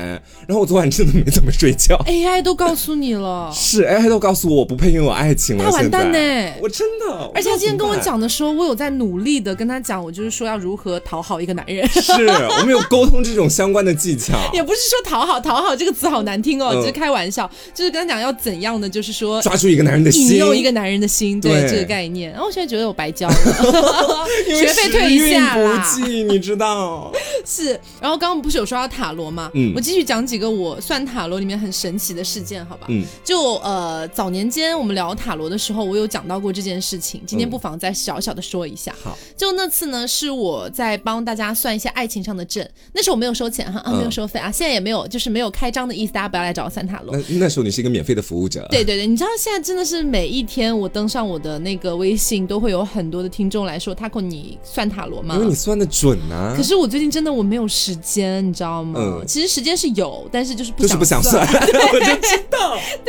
Speaker 2: 然后我昨晚真的没怎么睡觉。
Speaker 1: AI 都告诉你了，
Speaker 2: 是 AI 都告诉我我不配拥有爱情了，
Speaker 1: 大完蛋
Speaker 2: 现在
Speaker 1: 呢
Speaker 2: 我真的，
Speaker 1: 而且他今天跟我
Speaker 2: 我
Speaker 1: 讲的时候，我有在努力的跟他讲，我就是说要如何讨好一个男人，
Speaker 2: 不知道怎么办，是我们有沟通这种相关的 技巧。
Speaker 1: 也不是说讨好，讨好这个词好难听哦，
Speaker 2: 嗯
Speaker 1: 就是开玩笑，就是跟他讲要怎样的，就是说
Speaker 2: 抓住一个男人的心，
Speaker 1: 引诱一个男人的心，对
Speaker 2: 对
Speaker 1: 这个概念。然后我现在觉得我白交了，
Speaker 2: 因为
Speaker 1: 学费退一下
Speaker 2: 时运
Speaker 1: 啦
Speaker 2: 不。济，你知道。
Speaker 1: 是，然后刚刚不是有说到塔罗吗？
Speaker 2: 嗯
Speaker 1: 我继续讲几个我算塔罗里面很神奇的事件，好吧？
Speaker 2: 嗯，
Speaker 1: 就呃早年间我们聊塔罗的时候，我有讲到过这件事情，今天
Speaker 2: 嗯
Speaker 1: 不妨再小小的说一下。
Speaker 2: 好，
Speaker 1: 就那次呢，是我在帮大家算一些爱情上的证，那时候我没有收钱哈，啊
Speaker 2: 嗯
Speaker 1: 没有收费啊，现在也没有，就是没有开张的意思，大家不要来找我算塔罗。
Speaker 2: 那那时候你是一个免费的服务者，
Speaker 1: 对对对，你知道现在真的是每一天我登上我的那个微信，都会有很多的听众来说，Taco 你算塔罗吗
Speaker 2: 因？为你算的准啊呐、
Speaker 1: 可是我最近真的我没有时间，你知道吗？
Speaker 2: 嗯
Speaker 1: 其实时间是有，但是就是不
Speaker 2: 就是不想
Speaker 1: 算
Speaker 2: 算，。 我就知道。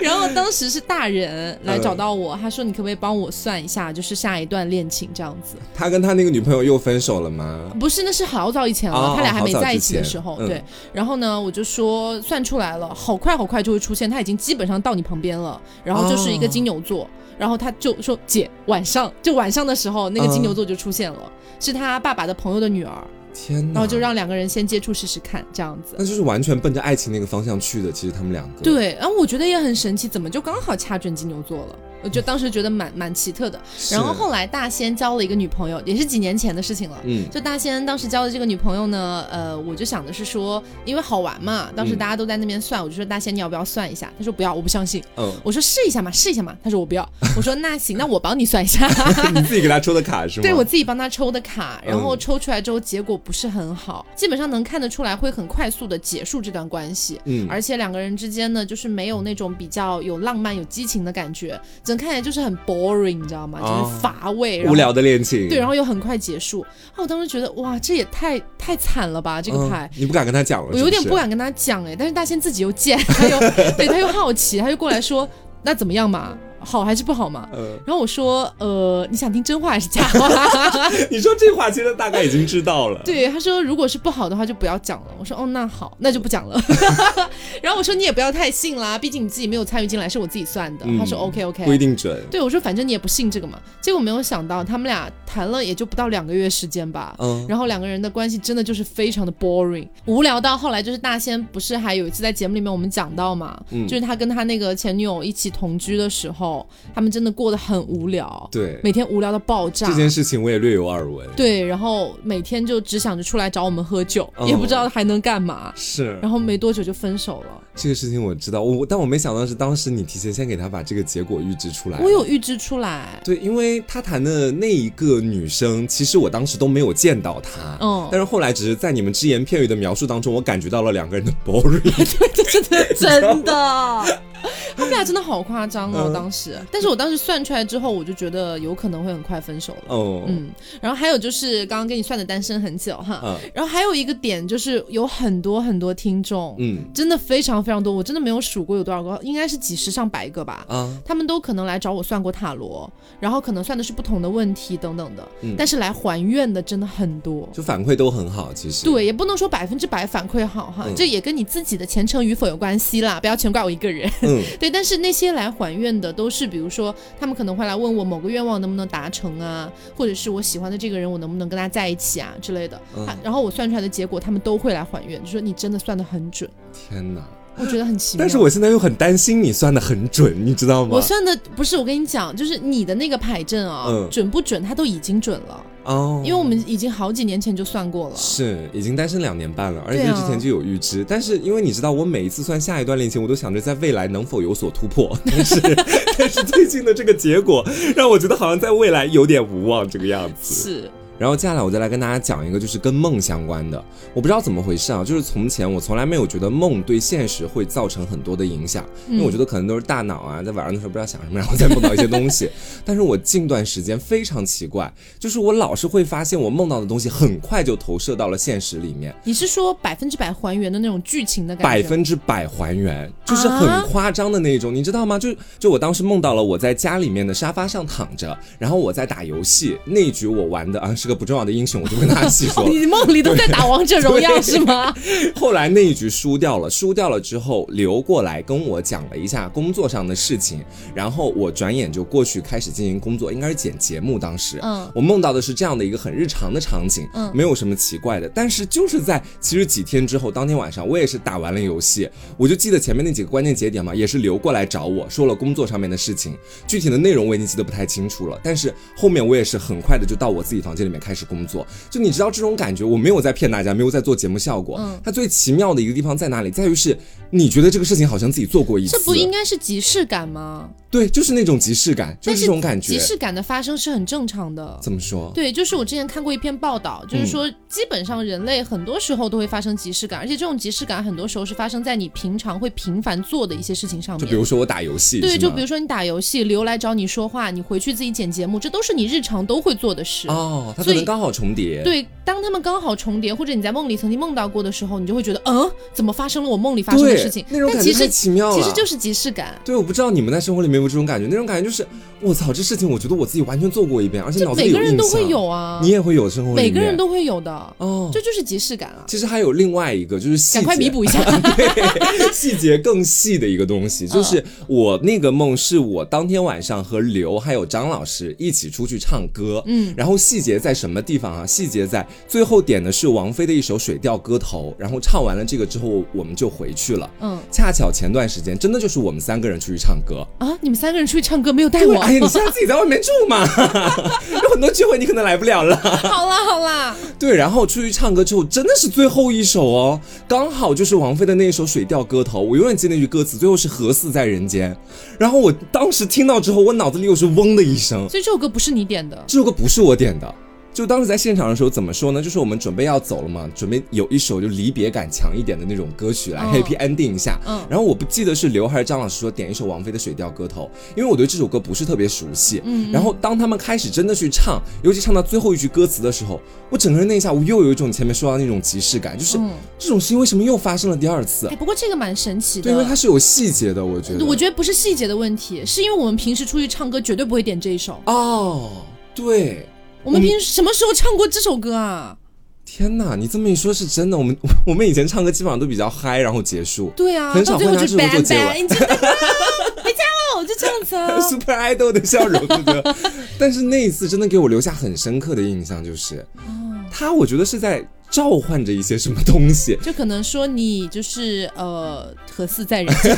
Speaker 1: 然后当时是大人来
Speaker 2: 嗯
Speaker 1: 找到我，他说你可不可以帮我算一下，就是下一段恋情这样子？
Speaker 2: 他跟他那个女朋友又分手了吗？
Speaker 1: 不是，那是好早以前了，
Speaker 2: 哦
Speaker 1: 他俩还没
Speaker 2: 好早之
Speaker 1: 在一起的
Speaker 2: 前
Speaker 1: 时候。
Speaker 2: 嗯
Speaker 1: 对，然后呢，我就说算出来了，好快好快就会出现，他已经基本上到你旁边了，然后就是一个
Speaker 2: 哦
Speaker 1: 金牛座。然后他就说：“姐，晚上就晚上的时候，那个金牛
Speaker 2: 嗯
Speaker 1: 座就出现了，是他爸爸的朋友的女儿，
Speaker 2: 天
Speaker 1: 然
Speaker 2: 哪！
Speaker 1: 后就让两个人先接触试试看，这样子。
Speaker 2: 那就是完全奔着爱情那个方向去的。其实他们两个，
Speaker 1: 对，然后我觉得也很神奇，怎么就刚好掐准金牛座了？我就当时觉得蛮蛮奇特的。
Speaker 2: 是，
Speaker 1: 然后后来大仙交了一个女朋友，也是几年前的事情了。
Speaker 2: 嗯
Speaker 1: 就大仙当时交的这个女朋友呢，呃，我就想的是说，因为好玩嘛，当时
Speaker 2: 嗯
Speaker 1: 大家都在那边算，我就说大仙你要不要算一下？他说不要，我不相信。
Speaker 2: 嗯，
Speaker 1: 我说试一下嘛，试一下嘛。他说我不要。我说那行，那我帮你算一 下。
Speaker 2: 你自己给他抽的卡是吗？
Speaker 1: 对我自己帮他抽的卡，然后
Speaker 2: 嗯
Speaker 1: 抽出来之后结果不是很好，基本上能看得出来会很快速的结束这段关系。
Speaker 2: 嗯，
Speaker 1: 而且两个人之间呢，就是没有那种比较有浪漫、有激情的感觉，整看起来就是很 boring，你知道吗？
Speaker 2: 哦
Speaker 1: 就是乏味，然后
Speaker 2: 无聊。的恋情，
Speaker 1: 对，然后又很快结束。啊，我当时觉得哇，这也太太惨了吧，这个牌。
Speaker 2: 嗯你不敢跟他讲了，
Speaker 1: 我有点
Speaker 2: 是
Speaker 1: 不
Speaker 2: 是。
Speaker 1: 敢跟他讲哎，但是大仙自己又贱， 他又对他又好奇，他就过来说那怎么样嘛，好还是不好嘛？
Speaker 2: 呃，
Speaker 1: 然后我说呃，你想听真话 还是假话？
Speaker 2: 你说这话，其实大概已经知道了。
Speaker 1: 对，他说如果是不好的话就不要讲了。我说哦，那好，那就不讲了。 然后我说你也不要太信啦，毕竟你自己没有参与进来，是我自己算的。
Speaker 2: 嗯
Speaker 1: 他说 OK
Speaker 2: 不一
Speaker 1: OK。
Speaker 2: 定准。
Speaker 1: 对，我说反正你也不信这个嘛。结果没有想到，他们俩谈了也就不到两个月时间吧。
Speaker 2: 嗯，
Speaker 1: 然后两个人的关系真的就是非常的 boring，无聊到后来就是大仙不是还有一次在节目里面我们讲到嘛，
Speaker 2: 嗯
Speaker 1: 就是他跟他那个前女友一起同居的时候，他们真的过得很无聊，
Speaker 2: 对，
Speaker 1: 每天无聊到爆炸。
Speaker 2: 这件事情我也略有耳闻。
Speaker 1: 对，然后每天就只想着出来找我们喝酒，
Speaker 2: 哦
Speaker 1: 也不知道还能干嘛。
Speaker 2: 是，
Speaker 1: 然后没多久就分手了。
Speaker 2: 这个事情我知道，我我但我没想到是当时你提前先给他把这个结果预知出来。
Speaker 1: 我有预知出来，
Speaker 2: 对，因为他谈的那一个女生，其实我当时都没有见到她，
Speaker 1: 嗯
Speaker 2: 但是后来只是在你们只言片语的描述当中，我感觉到了两个人的 boring，
Speaker 1: 真的真的，他们俩真的好夸张哦，
Speaker 2: 嗯
Speaker 1: 当时。但是我当时算出来之后，我就觉得有可能会很快分手了。
Speaker 2: 哦， 嗯
Speaker 1: 嗯，然后还有就是刚刚跟你算的单身很久哈，
Speaker 2: 嗯
Speaker 1: 然后还有一个点就是有很多很多听众，
Speaker 2: 嗯
Speaker 1: 真的非常非常多，我真的没有数过有多少个，应该是几十上百个吧。
Speaker 2: 啊，
Speaker 1: 他们都可能来找我算过塔罗，然后可能算的是不同的问题等等的，
Speaker 2: 嗯
Speaker 1: 但是来还愿的真的很多。
Speaker 2: 就反馈都很好，其实，
Speaker 1: 对，也不能说百分之百反馈好哈，
Speaker 2: 嗯
Speaker 1: 这也跟你自己的前程与否有关系啦，不要全怪我一个人。
Speaker 2: 嗯
Speaker 1: 对，但是那些来还愿的都是，比如说他们可能会来问我某个愿望能不能达成啊，或者是我喜欢的这个人我能不能跟他在一起啊之类的。
Speaker 2: 嗯
Speaker 1: 啊然后我算出来的结果，他们都会来还愿，就说你真的算的很准。
Speaker 2: 天哪，
Speaker 1: 我觉得很奇妙。
Speaker 2: 但是我现在又很担心你算的很准，你知道吗？
Speaker 1: 我算的不是，我跟你讲，就是你的那个牌阵啊，
Speaker 2: 嗯
Speaker 1: 准不准它都已经准了，
Speaker 2: 哦，
Speaker 1: 因为我们已经好几年前就算过了。
Speaker 2: 是已经单身两年半了，而且
Speaker 1: 对啊
Speaker 2: 之前就有预知。但是因为你知道，我每一次算下一段恋情，我都想着在未来能否有所突破。 但是但是最近的这个结果，让我觉得好像在未来有点无望这个样子。
Speaker 1: 是，
Speaker 2: 然后接下来我再来跟大家讲一个，就是跟梦相关的。我不知道怎么回事啊，就是从前我从来没有觉得梦对现实会造成很多的影响，因为我觉得可能都是大脑啊，在晚上的时候不知道想什么，然后再梦到一些东西。但是我近段时间非常奇怪，就是我老是会发现我梦到的东西很快就投射到了现实里面，
Speaker 1: 你是说百分之百还原的那种剧情的感
Speaker 2: 百
Speaker 1: 觉？
Speaker 2: 分之百还原，就是很夸张的那种，你知道吗？就就我当时梦到了我在家里面的沙发上躺着，然后我在打游戏，那一局我玩的啊是个不重要的英雄，我就跟大家细 说了。
Speaker 1: 哦你梦里都在打王者荣耀
Speaker 2: 对
Speaker 1: 是吗？
Speaker 2: 后来那一局输掉了，输掉了之后刘过来跟我讲了一下工作上的事情，然后我转眼就过去开始进行工作，应该是剪节目。当时，
Speaker 1: 嗯
Speaker 2: 我梦到的是这样的一个很日常的场景，
Speaker 1: 嗯
Speaker 2: 没有什么奇怪的。但是就是在其实几天之后，当天晚上我也是打完了游戏，我就记得前面那几个关键节点嘛，也是刘过来找我说了工作上面的事情，具体的内容我已经记得不太清楚了。但是后面我也是很快的就到我自己房间里面开始工作，就你知道这种感觉，我没有在骗大家，没有在做节目效果。
Speaker 1: 嗯
Speaker 2: 它最奇妙的一个地方在哪里，在于是你觉得这个事情好像自己做过一次，
Speaker 1: 这不应该是即视感吗？
Speaker 2: 对，就是那种即视感，就
Speaker 1: 但
Speaker 2: 是这种感觉
Speaker 1: 即。视感的发生是很正常的。
Speaker 2: 怎么说？
Speaker 1: 对，就是我之前看过一篇报道，
Speaker 2: 嗯
Speaker 1: 就是说，基本上人类很多时候都会发生即视感，而且这种即视感很多时候是发生在你平常会频繁做的一些事情上
Speaker 2: 就比
Speaker 1: 面。
Speaker 2: 如说我打游戏，
Speaker 1: 对，
Speaker 2: 是
Speaker 1: 就
Speaker 2: 吗
Speaker 1: 比如说你打游戏，刘来找你说话，你回去自己剪节目，这都是你日常都会做的事。
Speaker 2: 哦，它可
Speaker 1: 所以
Speaker 2: 能刚好重叠。
Speaker 1: 对，当他们刚好重叠，或者你在梦里曾经梦到过的时候，你就会觉得，嗯，怎么发生了我梦里发生的
Speaker 2: 对
Speaker 1: 事情？
Speaker 2: 那种
Speaker 1: 但
Speaker 2: 感
Speaker 1: 其
Speaker 2: 觉
Speaker 1: 实
Speaker 2: 太奇妙了。
Speaker 1: 其实就是即视感。
Speaker 2: 对，我不知道你们在生活里面有没有这种感觉，那种感觉就是我操，这事情我觉得我自己完全做过一遍，而且
Speaker 1: 这
Speaker 2: 脑子里
Speaker 1: 每
Speaker 2: 有
Speaker 1: 个人都
Speaker 2: 印象
Speaker 1: 会，有啊，
Speaker 2: 你也会有生活里面
Speaker 1: 每个人都会有的，
Speaker 2: 哦。
Speaker 1: 这就是即视感啊！
Speaker 2: 其实还有另外一个就是细节，
Speaker 1: 赶快弥补一下，
Speaker 2: 对，细节更细的一个东西，就是我那个梦是我当天晚上和刘还有张老师一起出去唱歌，嗯，然后细节在什么地方啊？细节在最后点的是王菲的一首《水调歌头》，然后唱完了这个之后，我们就回去了。
Speaker 1: 嗯
Speaker 2: 恰巧前段时间真的就是我们三个人出去唱歌，
Speaker 1: 啊，你们三个人出去唱歌没有带
Speaker 2: 对，
Speaker 1: 我？
Speaker 2: 哎呀，你现在自己在外面住嘛， 有很多聚会你可能来不了了。
Speaker 1: 好啦好啦，
Speaker 2: 对，然后出去唱歌之后，真的是最后一首哦，刚好就是王菲的那一首《水调歌头》，我永远记得那句歌词，最后是“何似在人间”。然后我当时听到之后，我脑子里又是嗡的一声，
Speaker 1: 所以这首歌不是你点的，
Speaker 2: 这首歌不是我点的。就当时在现场的时候，怎么说呢？就是我们准备要走了嘛，准备有一首就离别感强一点的那种歌曲来
Speaker 1: 嗯
Speaker 2: happy ending 一下。
Speaker 1: 嗯
Speaker 2: 然后我不记得是刘还是张老师说点一首王菲的《水调歌头》，因为我对这首歌不是特别熟悉。
Speaker 1: 嗯
Speaker 2: 然后当他们开始真的去唱，尤其唱到最后一句歌词的时候，我整个人那一下，我又有一种前面说到那种即视感，就是、
Speaker 1: 嗯
Speaker 2: 这种事情为什么又发生了第二次
Speaker 1: 哎，？不过这个蛮神奇的。
Speaker 2: 对，因为它是有细节的，我觉得。
Speaker 1: 啊我觉得不是细节的问题，是因为我们平时出去唱歌绝对不会点这一首。
Speaker 2: 哦，对。
Speaker 1: 我们平时什么时候唱过这首歌啊？
Speaker 2: 天呐，你这么一说，是真的。我们 我们以前唱歌基本上都比较嗨，然后结束。
Speaker 1: 对啊，
Speaker 2: 很
Speaker 1: 到
Speaker 2: 少
Speaker 1: 最后
Speaker 2: 会拿
Speaker 1: 就
Speaker 2: 这首
Speaker 1: bang
Speaker 2: 做结
Speaker 1: bang，
Speaker 2: 尾。。
Speaker 1: 你知道 吗？回家喽，就这样子啊
Speaker 2: Super Idol 的 笑容，对不对？但是那一次真的给我留下很深刻的印象，就是
Speaker 1: 哦
Speaker 2: 他，我觉得是在召唤着一些什么东西
Speaker 1: ，就可能说你就是呃，何似在人间？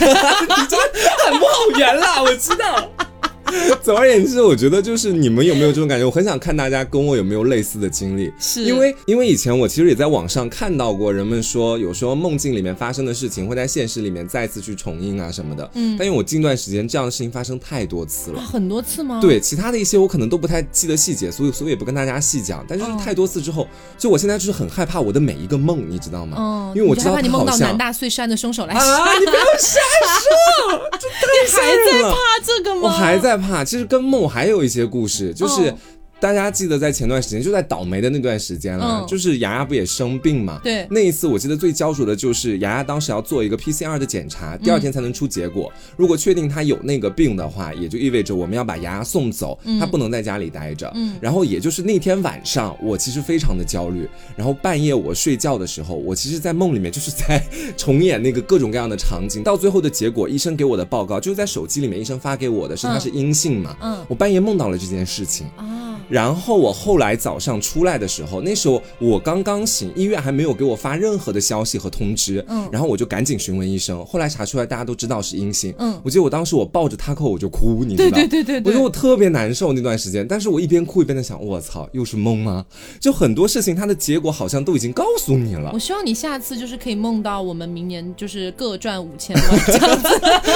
Speaker 2: 喊不好圆啦，我知道。 总而言之，我觉得就是你们有没有这种感觉？我很想看大家跟我有没有类似的经历，
Speaker 1: 是
Speaker 2: 因为因为以前我其实也在网上看到过人们说，有时候梦境里面发生的事情会在现实里面再次去重映啊什么的。嗯，但因为我近段时间这样的事情发生太多次了
Speaker 1: 啊，，很多次 吗？，
Speaker 2: 对，其他的一些我可能都不太记得细节，所以所以也不跟大家细讲。但就是
Speaker 1: 哦
Speaker 2: 太多次之后，就我现在就是很害怕我的每一个梦，你知道
Speaker 1: 嗯，
Speaker 2: 吗？因为我
Speaker 1: 你
Speaker 2: 知
Speaker 1: 就
Speaker 2: 道
Speaker 1: 害怕你
Speaker 2: 它
Speaker 1: 梦
Speaker 2: 好
Speaker 1: 到
Speaker 2: 像
Speaker 1: 南大碎山的凶手来杀，
Speaker 2: 啊，你不要瞎说，这太吓人了。
Speaker 1: 怕啊这个吗？
Speaker 2: 我还在怕。其实跟梦还有一些故事，就是。
Speaker 1: 哦
Speaker 2: 大家记得在前段时间，就在倒霉的那段时间了，
Speaker 1: 嗯
Speaker 2: 就是雅雅不也生病嘛？
Speaker 1: 对
Speaker 2: 那一次我记得最焦灼的就是雅雅当时要做一个 PCR 的检查，第二天才能出结
Speaker 1: 嗯
Speaker 2: 果。如果确定她有那个病的话，也就意味着我们要把雅雅送走，她不能在家里待着。
Speaker 1: 嗯
Speaker 2: 然后也就是那天晚上，我其实非常的焦虑。然后半夜我睡觉的时候，我其实，在梦里面就是在重演那个各种各样的场景。到最后的结果，医生给我的报告就是在手机里面，医生发给我的是
Speaker 1: 嗯
Speaker 2: 他是阴性嘛。
Speaker 1: 嗯
Speaker 2: 我半夜梦到了这件事情，
Speaker 1: 啊，
Speaker 2: 然后我后来早上出来的时候，那时候我刚刚醒，医院还没有给我发任何的消息和通知，
Speaker 1: 嗯
Speaker 2: 然后我就赶紧询问医生，后来查出来大家都知道是阴性，
Speaker 1: 嗯
Speaker 2: 我记得我当时我抱着他扣我就哭，你知
Speaker 1: 对
Speaker 2: 道，
Speaker 1: 对对对
Speaker 2: 我觉得
Speaker 1: 对
Speaker 2: 我，特别难受那段时间，但是我一边哭一边在想，我操，又是梦吗？就很多事情它的结果好像都已经告诉你了
Speaker 1: 我，希望你下次就是可以梦到我们明年就是各赚五千 万，这样子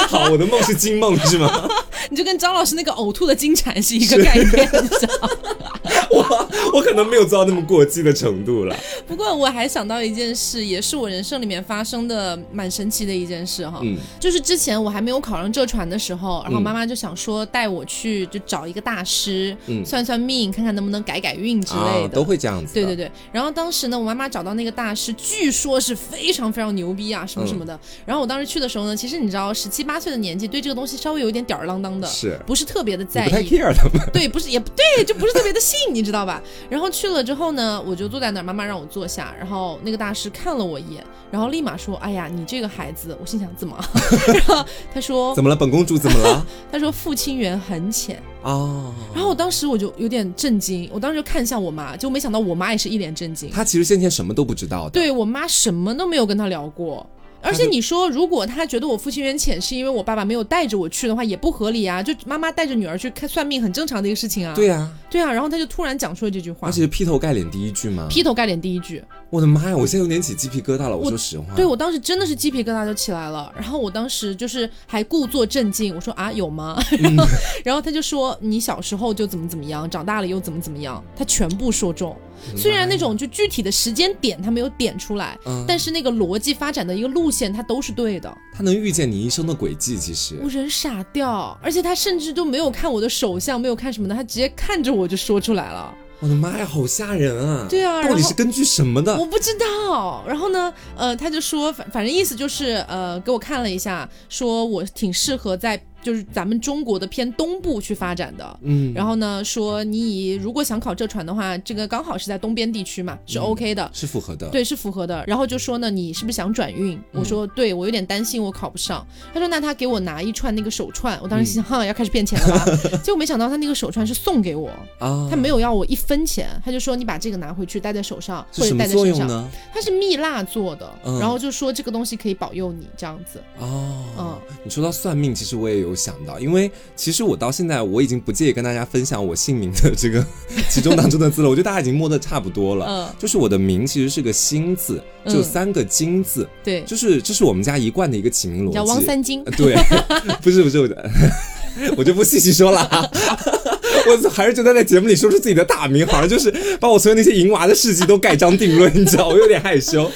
Speaker 2: 好，我的梦是金梦是吗？
Speaker 1: 你就跟张老师那个呕吐的金蝉是一个概念， 你知道吗
Speaker 2: 我我可能没有做到那么过激的程度了。
Speaker 1: 不过我还想到一件事，也是我人生里面发生的蛮神奇的一件事哈，
Speaker 2: 嗯
Speaker 1: 就是之前我还没有考上浙传的时候，然后
Speaker 2: 嗯
Speaker 1: 妈妈就想说带我去就找一个大师、
Speaker 2: 嗯
Speaker 1: 算算命，看看能不能改改运之类的。
Speaker 2: 啊，都会这样子的。
Speaker 1: 对对对，然后当时呢，我妈妈找到那个大师，据说是非常非常牛逼啊，什么什么的。
Speaker 2: 嗯
Speaker 1: 然后我当时去的时候呢，其实你知道，十七八岁的年纪，对这个东西稍微有一点吊儿郎当的，
Speaker 2: 是
Speaker 1: 不是特别的
Speaker 2: 你
Speaker 1: 在
Speaker 2: 不太
Speaker 1: 意？
Speaker 2: care 他们。
Speaker 1: 对，不是也不对，就不是特别的信，你知道吧？然后去了之后呢，我就坐在那儿，妈妈让我坐下，然后那个大师看了我一眼，然后立马说：“哎呀，你这个孩子。”我心想怎么？ 然后他说
Speaker 2: 怎么了，本公主怎么 了？：“
Speaker 1: 他说父亲缘很浅。”
Speaker 2: 啊，
Speaker 1: 然后我当时我就有点震惊，我当时就看向我妈，就没想到我妈也是一脸震惊。
Speaker 2: 她其实先前什么都不知道的。，
Speaker 1: 对我妈什么都没有跟她聊过。而且你说，如果她觉得我父亲缘浅是因为我爸爸没有带着我去的话，也不合理啊。就妈妈带着女儿去看算命，很正常的一个事情啊。
Speaker 2: 对啊，
Speaker 1: 对啊，然后她就突然讲出了这句话
Speaker 2: 而且，啊是劈头盖脸第一句嘛。
Speaker 1: 劈头盖脸第一句。
Speaker 2: 我的妈呀，我现在有点起鸡皮疙瘩了。我
Speaker 1: 我
Speaker 2: 说实话，
Speaker 1: 对我当时真的是鸡皮疙瘩就起来了，然后我当时就是还故作镇静，我说啊有吗？
Speaker 2: 嗯
Speaker 1: 然后然后他就说你小时候就怎么怎么样，长大了又怎么怎么样，他全部说中。虽然那种就具体的时间点他没有点出来，
Speaker 2: 嗯
Speaker 1: 但是那个逻辑发展的一个路线他都是对的，
Speaker 2: 她能预见你一生的轨迹，其实
Speaker 1: 我人傻掉，而且他甚至都没有看我的手相，没有看什么的，他直接看着我就说出来了。
Speaker 2: 我的妈呀，好吓人啊！
Speaker 1: 对啊
Speaker 2: 到底
Speaker 1: 然后
Speaker 2: 是根据什么
Speaker 1: 我
Speaker 2: 的？
Speaker 1: 不知道。然后呢，呃，他就说，反反正意思就是，呃，给我看了一下，说我挺适合在就是咱们中国的偏东部去发展的。
Speaker 2: 嗯，
Speaker 1: 然后呢，说你以如果想考浙传的话，这个刚好是在东边地区嘛，
Speaker 2: 嗯
Speaker 1: 是 OK 的。
Speaker 2: 是符合的。，
Speaker 1: 对，是符合的。然后就说呢，你是不是想转
Speaker 2: 嗯
Speaker 1: 运？我说，对我有点担心我考不上。他说，那他给我拿一串那个手串。我当时心想，
Speaker 2: 嗯
Speaker 1: 哈、要开始变钱 了吧？结果没想到他那个手串是送给我，
Speaker 2: 啊，
Speaker 1: 他没有要我一分钱，他就说你把这个拿回去戴在手上或
Speaker 2: 是
Speaker 1: 者
Speaker 2: 什么
Speaker 1: 戴在
Speaker 2: 作
Speaker 1: 身
Speaker 2: 用
Speaker 1: 上。
Speaker 2: 呢？
Speaker 1: 它是蜜蜡做的，
Speaker 2: 嗯
Speaker 1: 然后就说这个东西可以保佑你这样子。嗯
Speaker 2: 哦，你说到算命，其实我也有想到，因为其实我到现在我已经不介意跟大家分享我姓名的这个 其中当中的字了，我觉得大家已经摸得差不多了。
Speaker 1: 嗯，
Speaker 2: 就是我的名其实是个心字，只有
Speaker 1: 嗯
Speaker 2: 三个金字，
Speaker 1: 对，
Speaker 2: 就是这是我们家一贯的一个起名逻辑。
Speaker 1: 叫汪三金
Speaker 2: 呃。对， 不是不是我的，我 就不细细说了、啊。我还是觉得在节目里说出自己的大名，好像就是把我所有那些淫娃的事迹都盖章定论，你知道，我有点害羞。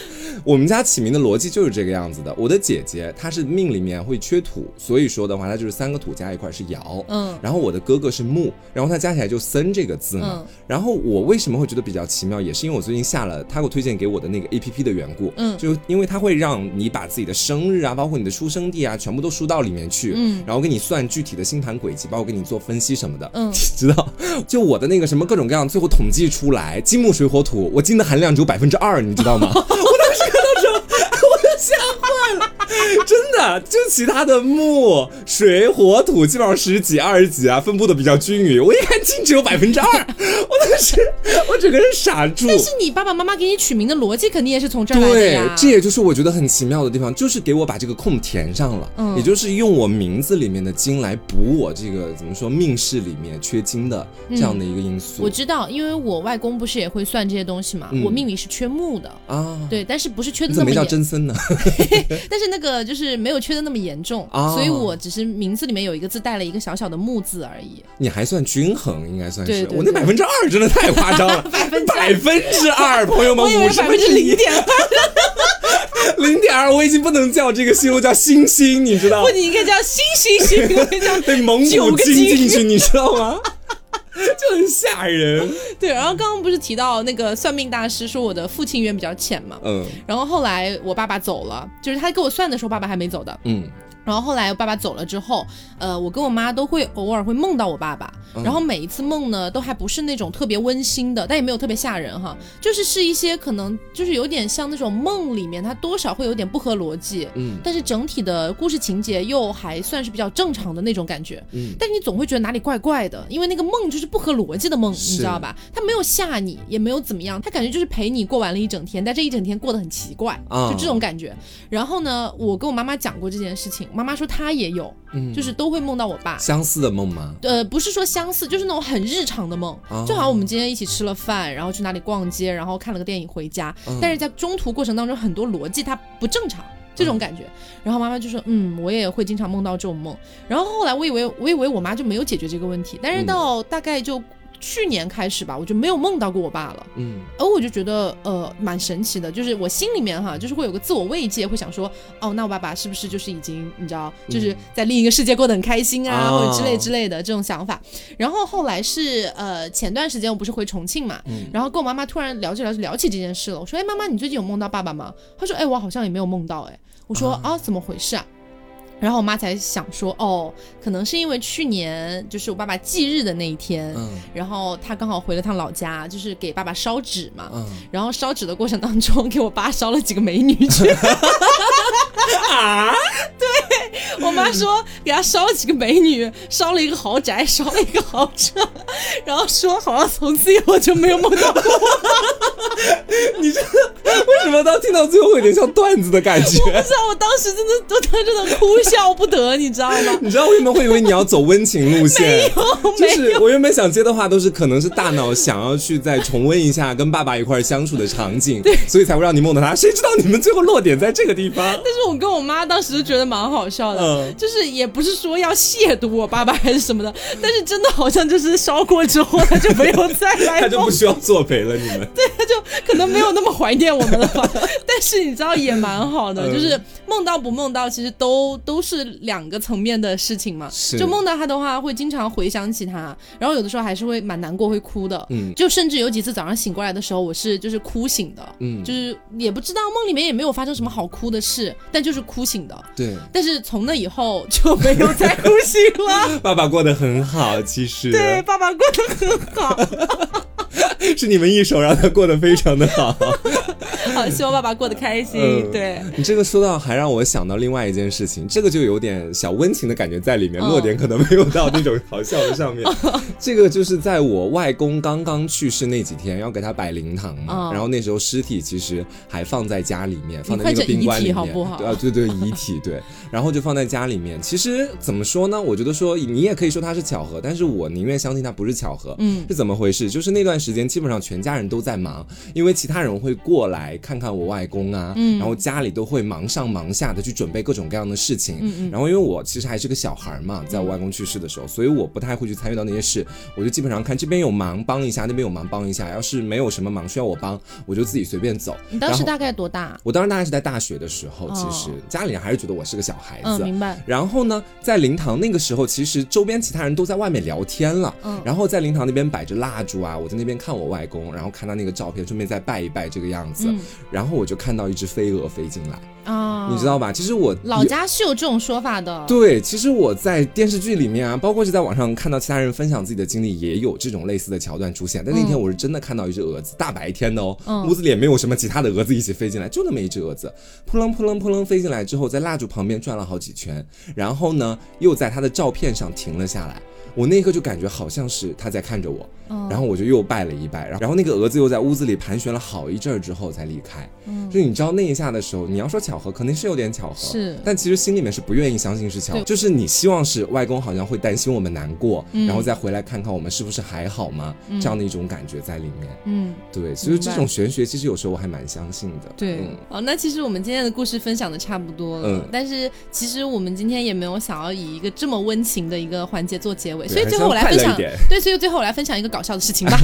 Speaker 2: 我们家起名的逻辑就是这个样子的。我的姐姐她是命里面会缺土，所以说的话，她就是三个土加一块是爻。
Speaker 1: 嗯
Speaker 2: 然后我的哥哥是木，然后他加起来就森这个字嘛。
Speaker 1: 嗯
Speaker 2: 然后我为什么会觉得比较奇妙，也是因为我最近下了他给我推荐给我的那个 A P P 的缘故。
Speaker 1: 嗯
Speaker 2: 就因为它会让你把自己的生日啊，包括你的出生地啊，全部都输到里面去。
Speaker 1: 嗯
Speaker 2: 然后给你算具体的星盘轨迹，包括给你做分析什么的。
Speaker 1: 嗯
Speaker 2: 知道，就我的那个什么各种各样，最后统计出来金木水火土，我金的含量只有百分之二，你知道吗？我当时看到之后， 我都吓坏了，真的。就其他的木水火土，基本上十几、二十几啊，分布的比较均匀。我一看金只有百分之二， 我当时我整个人傻住。
Speaker 1: 但是你爸爸妈妈给你取名的逻辑肯定也是从 这儿来的
Speaker 2: 对
Speaker 1: 呀，。
Speaker 2: 这也就是我觉得很奇妙的地方，就是给我把这个空填上了，
Speaker 1: 嗯
Speaker 2: 也就是用我名字里面的金来补我这个怎么说命室里面缺金的这样的一个因素、
Speaker 1: 我知道，因为我外公不是也会算这些东西嘛，
Speaker 2: 嗯
Speaker 1: 我命里是缺木的。
Speaker 2: 啊。
Speaker 1: 对，但是不是缺的
Speaker 2: 你
Speaker 1: 那
Speaker 2: 怎
Speaker 1: 么
Speaker 2: 么没叫
Speaker 1: 严，
Speaker 2: 真森呢？
Speaker 1: 但是那个就是没有缺的那么严重，
Speaker 2: 啊
Speaker 1: 所以我只是名字里面有一个字带了一个小小的木字而已。
Speaker 2: 你还算均衡，应该算是。
Speaker 1: 对对
Speaker 2: 我那百
Speaker 1: 对
Speaker 2: 分之二真的太夸张 了，百分之二，朋友们，
Speaker 1: 我以为
Speaker 2: 五十
Speaker 1: 百分之零
Speaker 2: 一
Speaker 1: 点二，
Speaker 2: 零点二，我已经不能叫这个星，我叫星星，你知道
Speaker 1: 不，？你应该叫星星星，我跟你讲，
Speaker 2: 被蒙
Speaker 1: 九
Speaker 2: 古
Speaker 1: 个
Speaker 2: 金
Speaker 1: 金
Speaker 2: 进去，你知道吗？ 就很吓人。
Speaker 1: 对，然后刚刚不是提到那个算命大师说我的父亲缘比较浅嘛，
Speaker 2: 嗯
Speaker 1: 然后后来我爸爸走了，就是他给我算的时候，爸爸还没走的。
Speaker 2: 嗯
Speaker 1: 然后后来我爸爸走了之后，呃，我跟我妈都会偶尔会梦到我爸爸，
Speaker 2: 嗯
Speaker 1: 然后每一次梦呢，都还不是那种特别温馨的，但也没有特别吓人哈，就是是一些可能就是有点像那种梦里面，它多少会有点不合逻辑，
Speaker 2: 嗯
Speaker 1: 但是整体的故事情节又还算是比较正常的那种感觉。
Speaker 2: 嗯，
Speaker 1: 但你总会觉得哪里怪怪的，因为那个梦就是不合逻辑的梦，
Speaker 2: 是
Speaker 1: 你知道吧？他没有吓你，也没有怎么样，他感觉就是陪你过完了一整天，但这一整天过得很奇怪，
Speaker 2: 啊
Speaker 1: 就这种感觉。然后呢，我跟我妈妈讲过这件事情，妈妈说她也有，
Speaker 2: 嗯
Speaker 1: 就是都会梦到我爸。
Speaker 2: 相似的梦吗？
Speaker 1: 呃，不是说相似，就是那种很日常的梦，
Speaker 2: 哦
Speaker 1: 就好像我们今天一起吃了饭，然后去哪里逛街，然后看了个电影回家，
Speaker 2: 嗯
Speaker 1: 但是在中途过程当中很多逻辑它不正常。这
Speaker 2: 嗯
Speaker 1: 种感觉，然后妈妈就说：“嗯，我也会经常梦到这种梦。”然后后来我以为我以为我妈就没有解决这个问题，但是
Speaker 2: 嗯
Speaker 1: 到大概就去年开始吧，我就没有梦到过我爸了。
Speaker 2: 嗯
Speaker 1: 而我就觉得呃蛮神奇的，就是我心里面哈，就是会有个自我慰藉，会想说，哦，那我爸爸是不是就是已经你知道，就是在另一个世界过得很开心啊，
Speaker 2: 哦
Speaker 1: 或者之类之类的这种想法。然后后来是呃前段时间我不是回重庆嘛，
Speaker 2: 嗯
Speaker 1: 然后跟我妈妈突然聊着聊着聊起这件事了，我说，哎，妈妈，你最近有梦到爸爸吗？她说，哎，我好像也没有梦到，哎，我说，啊，怎么回事啊？然后我妈才想说，哦，可能是因为去年就是我爸爸忌日的那一天，
Speaker 2: 嗯
Speaker 1: 然后他刚好回了趟老家，就是给爸爸烧纸嘛。
Speaker 2: 嗯
Speaker 1: 然后烧纸的过程当中，给我爸烧了几个美女去。
Speaker 2: 啊，
Speaker 1: 我妈说给他烧了几个美女，烧了一个豪宅，烧了一个豪车，然后说好像从此以后就没有梦到 过。
Speaker 2: 为什么到听到最后有点像段子的感觉？
Speaker 1: 不知道 我当时真的，我当时真的哭笑不得，你知道吗？
Speaker 2: 你知道为什么会以为你要走温情路线？就
Speaker 1: 没
Speaker 2: 是我原本想接的话都是可能是大脑想要去再重温一下跟爸爸一块儿相处的场景，所以才会让你梦到他。谁知道你们最后落点在这个地方？
Speaker 1: 但是我跟我妈当时就觉得蛮好笑的，
Speaker 2: 嗯
Speaker 1: 就是也不是说要亵渎我爸爸还是什么的，但是真的好像就是烧过之后他就没有再来
Speaker 2: 他就
Speaker 1: 梦
Speaker 2: 不需要作陪了，你们。
Speaker 1: 他就可能没有那么怀念我们了吧。 但是你知道也蛮好的，
Speaker 2: 嗯
Speaker 1: 就是梦到不梦到，其实都都是两个层面的事情嘛。
Speaker 2: 是
Speaker 1: 就梦到他的话，会经常回想起他，然后有的时候还是会蛮难过，会哭的。
Speaker 2: 嗯
Speaker 1: 就甚至有几次早上醒过来的时候，我是就是哭醒的，
Speaker 2: 嗯
Speaker 1: 就是也不知道梦里面也没有发生什么好哭的事，但就是哭醒的。
Speaker 2: 对，
Speaker 1: 但是从那以后就没有再哭醒 了。
Speaker 2: 爸爸过得很好，其实
Speaker 1: 对，爸爸过得很好，
Speaker 2: 是你们一手让他过得非常的好。
Speaker 1: 好希望爸爸过得开心。
Speaker 2: 嗯
Speaker 1: 对，
Speaker 2: 你这个说到，还让我想到另外一件事情，这个就有点小温情的感觉在里面，
Speaker 1: 嗯
Speaker 2: 落点可能没有到那种好笑 的上面。这个就是在我外公刚刚去世那几天，要给他摆灵堂嘛，
Speaker 1: 嗯
Speaker 2: 然后那时候尸体其实还放在家里面，放在
Speaker 1: 快
Speaker 2: 那个
Speaker 1: 整
Speaker 2: 宾
Speaker 1: 遗
Speaker 2: 馆
Speaker 1: 体
Speaker 2: 里
Speaker 1: 好
Speaker 2: 面，
Speaker 1: 不好
Speaker 2: 对啊，对对，遗体对，然后就放在家里面。其实怎么说呢？我觉得说你也可以说它是巧合，但是我宁愿相信它不是巧合。
Speaker 1: 嗯
Speaker 2: 是怎么回事？就是那段时间基本上全家人都在忙，因为其他人会过来看看我外公啊，
Speaker 1: 嗯
Speaker 2: 然后家里都会忙上忙下的去准备各种各样的事情。
Speaker 1: 嗯嗯。
Speaker 2: 然后因为我其实还是个小孩儿嘛，在我外公去世的时候，所以我不太会去参与到那些事，我就基本上看这边有忙帮一下，那边有忙帮一下。要是没有什么忙需要我帮，我就自己随便走。
Speaker 1: 你当
Speaker 2: 然
Speaker 1: 时
Speaker 2: 后
Speaker 1: 大概多大？
Speaker 2: 我当时大概是在大学的时候，其
Speaker 1: 哦
Speaker 2: 实家里人还是觉得我是个小孩
Speaker 1: 嗯，
Speaker 2: 子，
Speaker 1: 明白。
Speaker 2: 然后呢，在灵堂那个时候，其实周边其他人都在外面聊天了。
Speaker 1: 嗯
Speaker 2: 然后在灵堂那边摆着蜡烛啊，我在那边看我外公，然后看他那个照片，顺便再拜一拜这个样子。
Speaker 1: 嗯
Speaker 2: 然后我就看到一只飞蛾飞进来，
Speaker 1: 啊，
Speaker 2: 你知道吧？其实我
Speaker 1: 老。家是有这种说法的。
Speaker 2: 对，其实我在电视剧里面啊，包括是在网上看到其他人分享自己的经历，也有这种类似的桥段出现。但那天
Speaker 1: 嗯
Speaker 2: 我是真的看到一只蛾子，大白天的哦，
Speaker 1: 嗯
Speaker 2: 屋子里也没有什么其他的蛾子一起飞进来，就那么一只蛾子，扑棱扑棱扑棱飞进来之后，在蜡烛旁边转了好几圈，然后呢，又在他的照片上停了下来。我那一刻就感觉好像是他在看着我，
Speaker 1: 嗯，
Speaker 2: 然后我就又拜了一拜，然后然后那个蛾子又在屋子里盘旋了好一阵儿之后才离开。
Speaker 1: 嗯
Speaker 2: 就你知道那一下的时候，你要说巧合，肯定是有点巧合，
Speaker 1: 是
Speaker 2: 但其实心里面是不愿意相信是巧合，
Speaker 1: 对
Speaker 2: 就是你希望是外公好像会担心我们难过，
Speaker 1: 嗯
Speaker 2: 然后再回来看看我们是不是还好吗？这样的一种感觉在里面。
Speaker 1: 嗯，
Speaker 2: 对，其实这
Speaker 1: 明白
Speaker 2: 种玄学，其实有时候我还蛮相信的。
Speaker 1: 对
Speaker 2: 嗯。
Speaker 1: 好，那其实我们今天的故事分享的差不多了，
Speaker 2: 嗯
Speaker 1: 但是其实我们今天也没有想要以一个这么温情的一个环节做结尾，
Speaker 2: 对
Speaker 1: 所以最后我来
Speaker 2: 还
Speaker 1: 分
Speaker 2: 是要
Speaker 1: 享
Speaker 2: 快乐一点，
Speaker 1: 对，所以最 后我来分享一个搞笑的事情吧。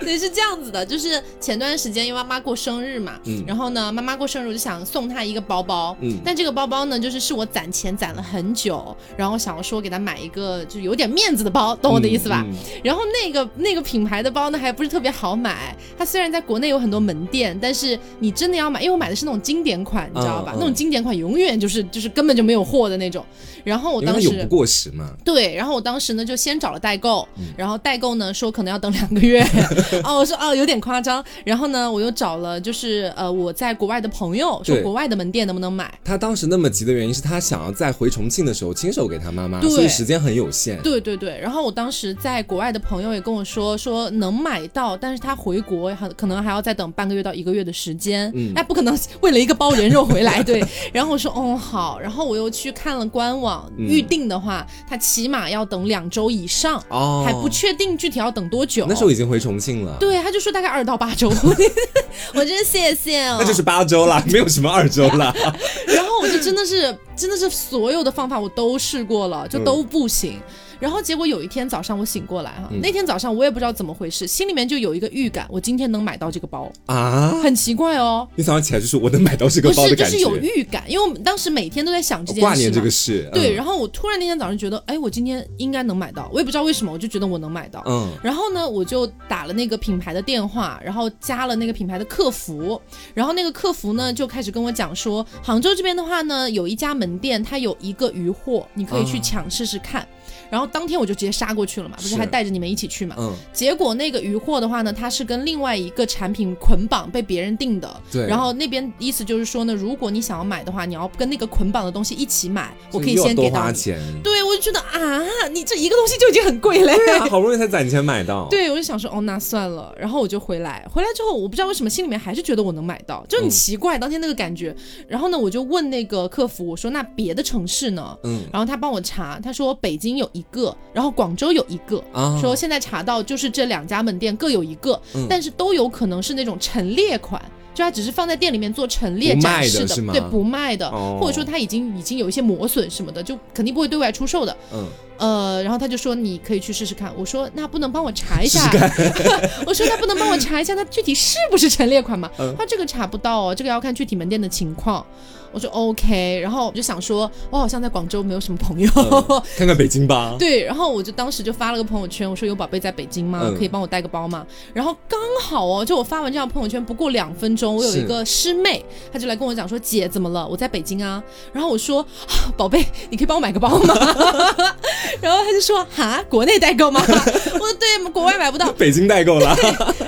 Speaker 1: 对，是这样子的，就是前段时间因为妈妈过生生日嘛，
Speaker 2: 嗯
Speaker 1: 然后呢，妈妈过生日我就想送她一个包包，
Speaker 2: 嗯
Speaker 1: 但这个包包呢，就是是我攒钱攒了很久，然后想要说给她买一个就有点面子的包，懂我的意思吧？
Speaker 2: 嗯
Speaker 1: 然后那个那个品牌的包呢，还不是特别好买。它虽然在国内有很多门店，但是你真的要买，因为我买的是那种经典款，你知道吧？
Speaker 2: 嗯嗯
Speaker 1: 那种经典款永远就是就是根本就没有货的那种。然后我
Speaker 2: 因为
Speaker 1: 当
Speaker 2: 它
Speaker 1: 时
Speaker 2: 有不过时嘛，
Speaker 1: 对，然后我当时呢就先找了代购，
Speaker 2: 嗯
Speaker 1: 然后代购呢说可能要等两个 月，哦，我说哦有点夸张，然后呢我又找了就是呃我在国外的朋友，说
Speaker 2: 对
Speaker 1: 国外的门店能不能买。
Speaker 2: 他当时那么急的原因是他想要在回重庆的时候亲手给他妈妈，
Speaker 1: 对
Speaker 2: 所以时间很有限。
Speaker 1: 对对对，然后我当时在国外的朋友也跟我说，说能买到，但是他回国还可能还要再等半个月到一个月的时间，
Speaker 2: 嗯
Speaker 1: 哎，不可能为了一个包人肉回来，对。然后我说，嗯，好，然后我又去看了官网，
Speaker 2: 嗯
Speaker 1: 预定的话，它起码要等两周以上，
Speaker 2: 哦，
Speaker 1: 还不确定具体要等多久。
Speaker 2: 那时候已经回重庆了，，
Speaker 1: 对，他就说大概二到八周， 我真是谢谢哦。
Speaker 2: 那就是八周啦，没有什么二周啦。
Speaker 1: 然后我就真的是真的是所有的方法我都试过
Speaker 2: 嗯
Speaker 1: 了，就都不行。然后结果有一天早上我醒过来
Speaker 2: 嗯
Speaker 1: 哈，那天早上我也不知道怎么回事，心里面就有一个预感，我今天能买到这个包，
Speaker 2: 啊，
Speaker 1: 很奇怪哦。
Speaker 2: 你早上起来就是我能买到这个
Speaker 1: 不
Speaker 2: 包
Speaker 1: 是，
Speaker 2: 的
Speaker 1: 就
Speaker 2: 感觉，
Speaker 1: 是有预感，因为我们当时每天都在想这
Speaker 2: 我
Speaker 1: 件事嘛。
Speaker 2: 挂念这个事，嗯
Speaker 1: 对，然后我突然那天早上觉得，哎，我今天应该能买到，我也不知道为什么，我就觉得我能买到。
Speaker 2: 嗯，
Speaker 1: 然后呢，我就打了那个品牌的电话，然后加了那个品牌的客服，然后那个客服呢就开始跟我讲说，杭州这边的话呢，有一家门店，它有一个鱼货，你可以去
Speaker 2: 啊
Speaker 1: 抢试试看。然后当天我就直接杀过去了嘛，不是
Speaker 2: 是
Speaker 1: 还带着你们一起去嘛？
Speaker 2: 嗯，
Speaker 1: 结果那个鱼货的话呢，它是跟另外一个产品捆绑被别人定的。
Speaker 2: 对，
Speaker 1: 然后那边意思就是说呢，如果你想要买的话，你要跟那个捆绑的东西一起买，我可以
Speaker 2: 所
Speaker 1: 先
Speaker 2: 又要
Speaker 1: 给
Speaker 2: 多
Speaker 1: 到
Speaker 2: 花
Speaker 1: 你。
Speaker 2: 钱，
Speaker 1: 对，我就觉得啊，你这一个东西就已经很贵了。
Speaker 2: 对啊，好不容易才攒钱买到，，
Speaker 1: 对，我就想说，哦，那算了。然后我就回来，回来之后，我不知道为什么心里面还是觉得我能买到，就很
Speaker 2: 嗯
Speaker 1: 奇怪、当天那个感觉。然后呢，我就问那个客服，我说那别的城市呢？
Speaker 2: 嗯
Speaker 1: 然后他帮我查，他说北京有一个，然后广州有一个。
Speaker 2: 啊，
Speaker 1: 说现在查到就是这两家门店各有一个，
Speaker 2: 嗯
Speaker 1: 但是都有可能是那种陈列款，就它只是放在店里面做陈列
Speaker 2: 不
Speaker 1: 展
Speaker 2: 卖的
Speaker 1: 示
Speaker 2: 是吗
Speaker 1: 对，不卖的，
Speaker 2: 哦
Speaker 1: 或者说它已经已经有一些磨损什么的，就肯定不会对外出售的。
Speaker 2: 嗯，
Speaker 1: 呃，然后他就说你可以去试试看。我说那不能帮我查一下？ 我说那不能帮我查一下它具体是不是陈列款吗？
Speaker 2: 嗯
Speaker 1: 他这个查不到哦，这个要看具体门店的情况。我说 OK，然后我就想说，我好像在广州没有什么朋友。
Speaker 2: 嗯看看北京吧，
Speaker 1: 对，然后我就当时就发了个朋友圈，我说有宝贝在北京吗？
Speaker 2: 嗯
Speaker 1: 可以帮我带个包吗？然后刚好哦，就我发完这条朋友圈不过两分钟，我有
Speaker 2: 是
Speaker 1: 一个师妹，她就来跟我讲说姐怎么了？我在北京啊。然后我说、 啊、宝贝，你可以帮我买个包 吗？ 然后她就说哈，国内代购吗？ 我说对，国外买不到。
Speaker 2: 北京代购啦，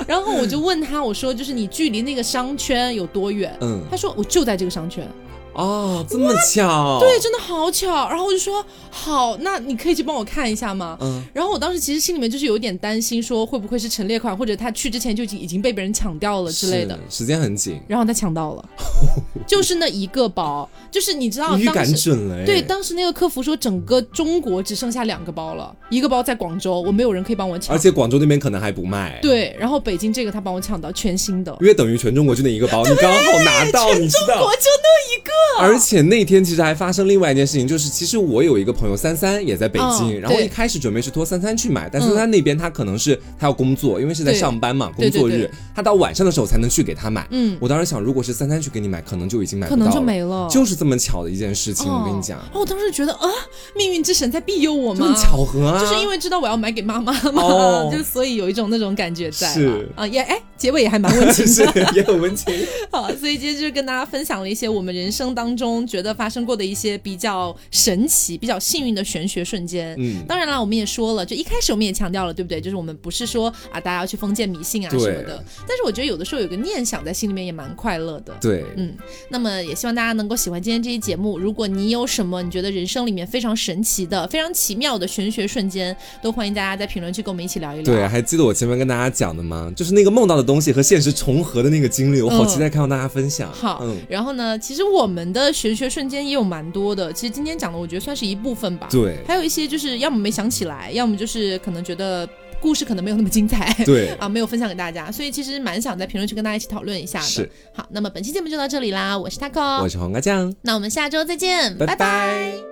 Speaker 1: 然后我就问她，我说就是你距离那个商圈有多远？
Speaker 2: 嗯，
Speaker 1: 她说我就在这个商圈，
Speaker 2: 哦，这么巧，
Speaker 1: 对，，真的好巧。然后我就说好，那你可以去帮我看一下吗？
Speaker 2: 嗯，
Speaker 1: 然后我当时其实心里面就是有点担心，说会不会是陈列款，或者他去之前就已经已经被别人抢掉了之类的。
Speaker 2: 是，时间很紧，
Speaker 1: 然后他抢到了， 就是那一个包，就是你知道
Speaker 2: 预
Speaker 1: 当
Speaker 2: 感
Speaker 1: 时。
Speaker 2: 准了欸，
Speaker 1: 对，当时那个客服
Speaker 2: 哎
Speaker 1: 说，整个中国只剩下两个包了，一个包在广州，我没有人可以帮我抢
Speaker 2: 而。且广州那边可能还不卖，。
Speaker 1: 对，然后北京这个他帮我抢到全 新的，
Speaker 2: 因为等于全中国就那一个包，你刚好拿到，你知道
Speaker 1: 我。就那一个。
Speaker 2: 而且那天其实还发生另外一件事情，就是其实我有一个朋友三三也在北京，
Speaker 1: 嗯
Speaker 2: 然后
Speaker 1: 对
Speaker 2: 一开始准备是托三三去买，但
Speaker 1: 嗯
Speaker 2: 是他那边他可能是他要工作，因为是在
Speaker 1: 对
Speaker 2: 上班嘛，
Speaker 1: 对对
Speaker 2: 工作
Speaker 1: 对
Speaker 2: 日，他到晚上的时候才能去给他买。
Speaker 1: 嗯
Speaker 2: 我当时想，如果是三三去给你买，可能就已经买不
Speaker 1: 可
Speaker 2: 到了，
Speaker 1: 能就没了
Speaker 2: 就是这么巧的一件事情，我跟你讲
Speaker 1: 哦，，哦我当时觉得啊，命运之神在庇佑我
Speaker 2: 这
Speaker 1: 吗
Speaker 2: 么？巧合啊，
Speaker 1: 就是因 为知道我要买给妈妈嘛，
Speaker 2: 哦
Speaker 1: 就是所以有一种那种感觉在啊
Speaker 2: 是
Speaker 1: 啊，也哎，结尾也还蛮温情
Speaker 2: 是
Speaker 1: 的。
Speaker 2: 也很温情。
Speaker 1: 好，所以今天就是跟大家分享了一些我们人生当中觉得发生过的一些比较神奇、比较幸运的玄学瞬间。
Speaker 2: 嗯
Speaker 1: 当然啦，我们也说了，就一开始我们也强调了，对不对？就是我们不是说啊，大家要去封建迷信啊什
Speaker 2: 对
Speaker 1: 么的。但是我觉得有的时候有个念想在心里面也蛮快乐的。
Speaker 2: 对，
Speaker 1: 嗯，那么也希望大家能够喜欢今天这期节目。如果你有什么你觉得人生里面非常神奇的、非常奇妙的玄学瞬间，都欢迎大家在评论区跟我们一起聊一聊。
Speaker 2: 对，啊还记得我前面跟大家讲的吗？就是那个梦到的东西和现实重合的那个经历，我好
Speaker 1: 嗯
Speaker 2: 期待看到大家分享。
Speaker 1: 好，
Speaker 2: 嗯，
Speaker 1: 然后呢，其实我们的玄学瞬间也有蛮多的。其实今天讲的，我觉得算是一部分吧。
Speaker 2: 对
Speaker 1: 还有一些就是要么没想起来，要么就是可能觉得故事可能没有那么精 彩。
Speaker 2: 对，
Speaker 1: 啊，没有分享给大家，所以其实蛮想在评论区跟大家一起讨论一下的。
Speaker 2: 是，
Speaker 1: 好，那么本期节目就到这里啦，我是 taco，
Speaker 2: 我是黄瓜酱，
Speaker 1: 那我们下周再见，
Speaker 2: 拜
Speaker 1: 拜拜
Speaker 2: 拜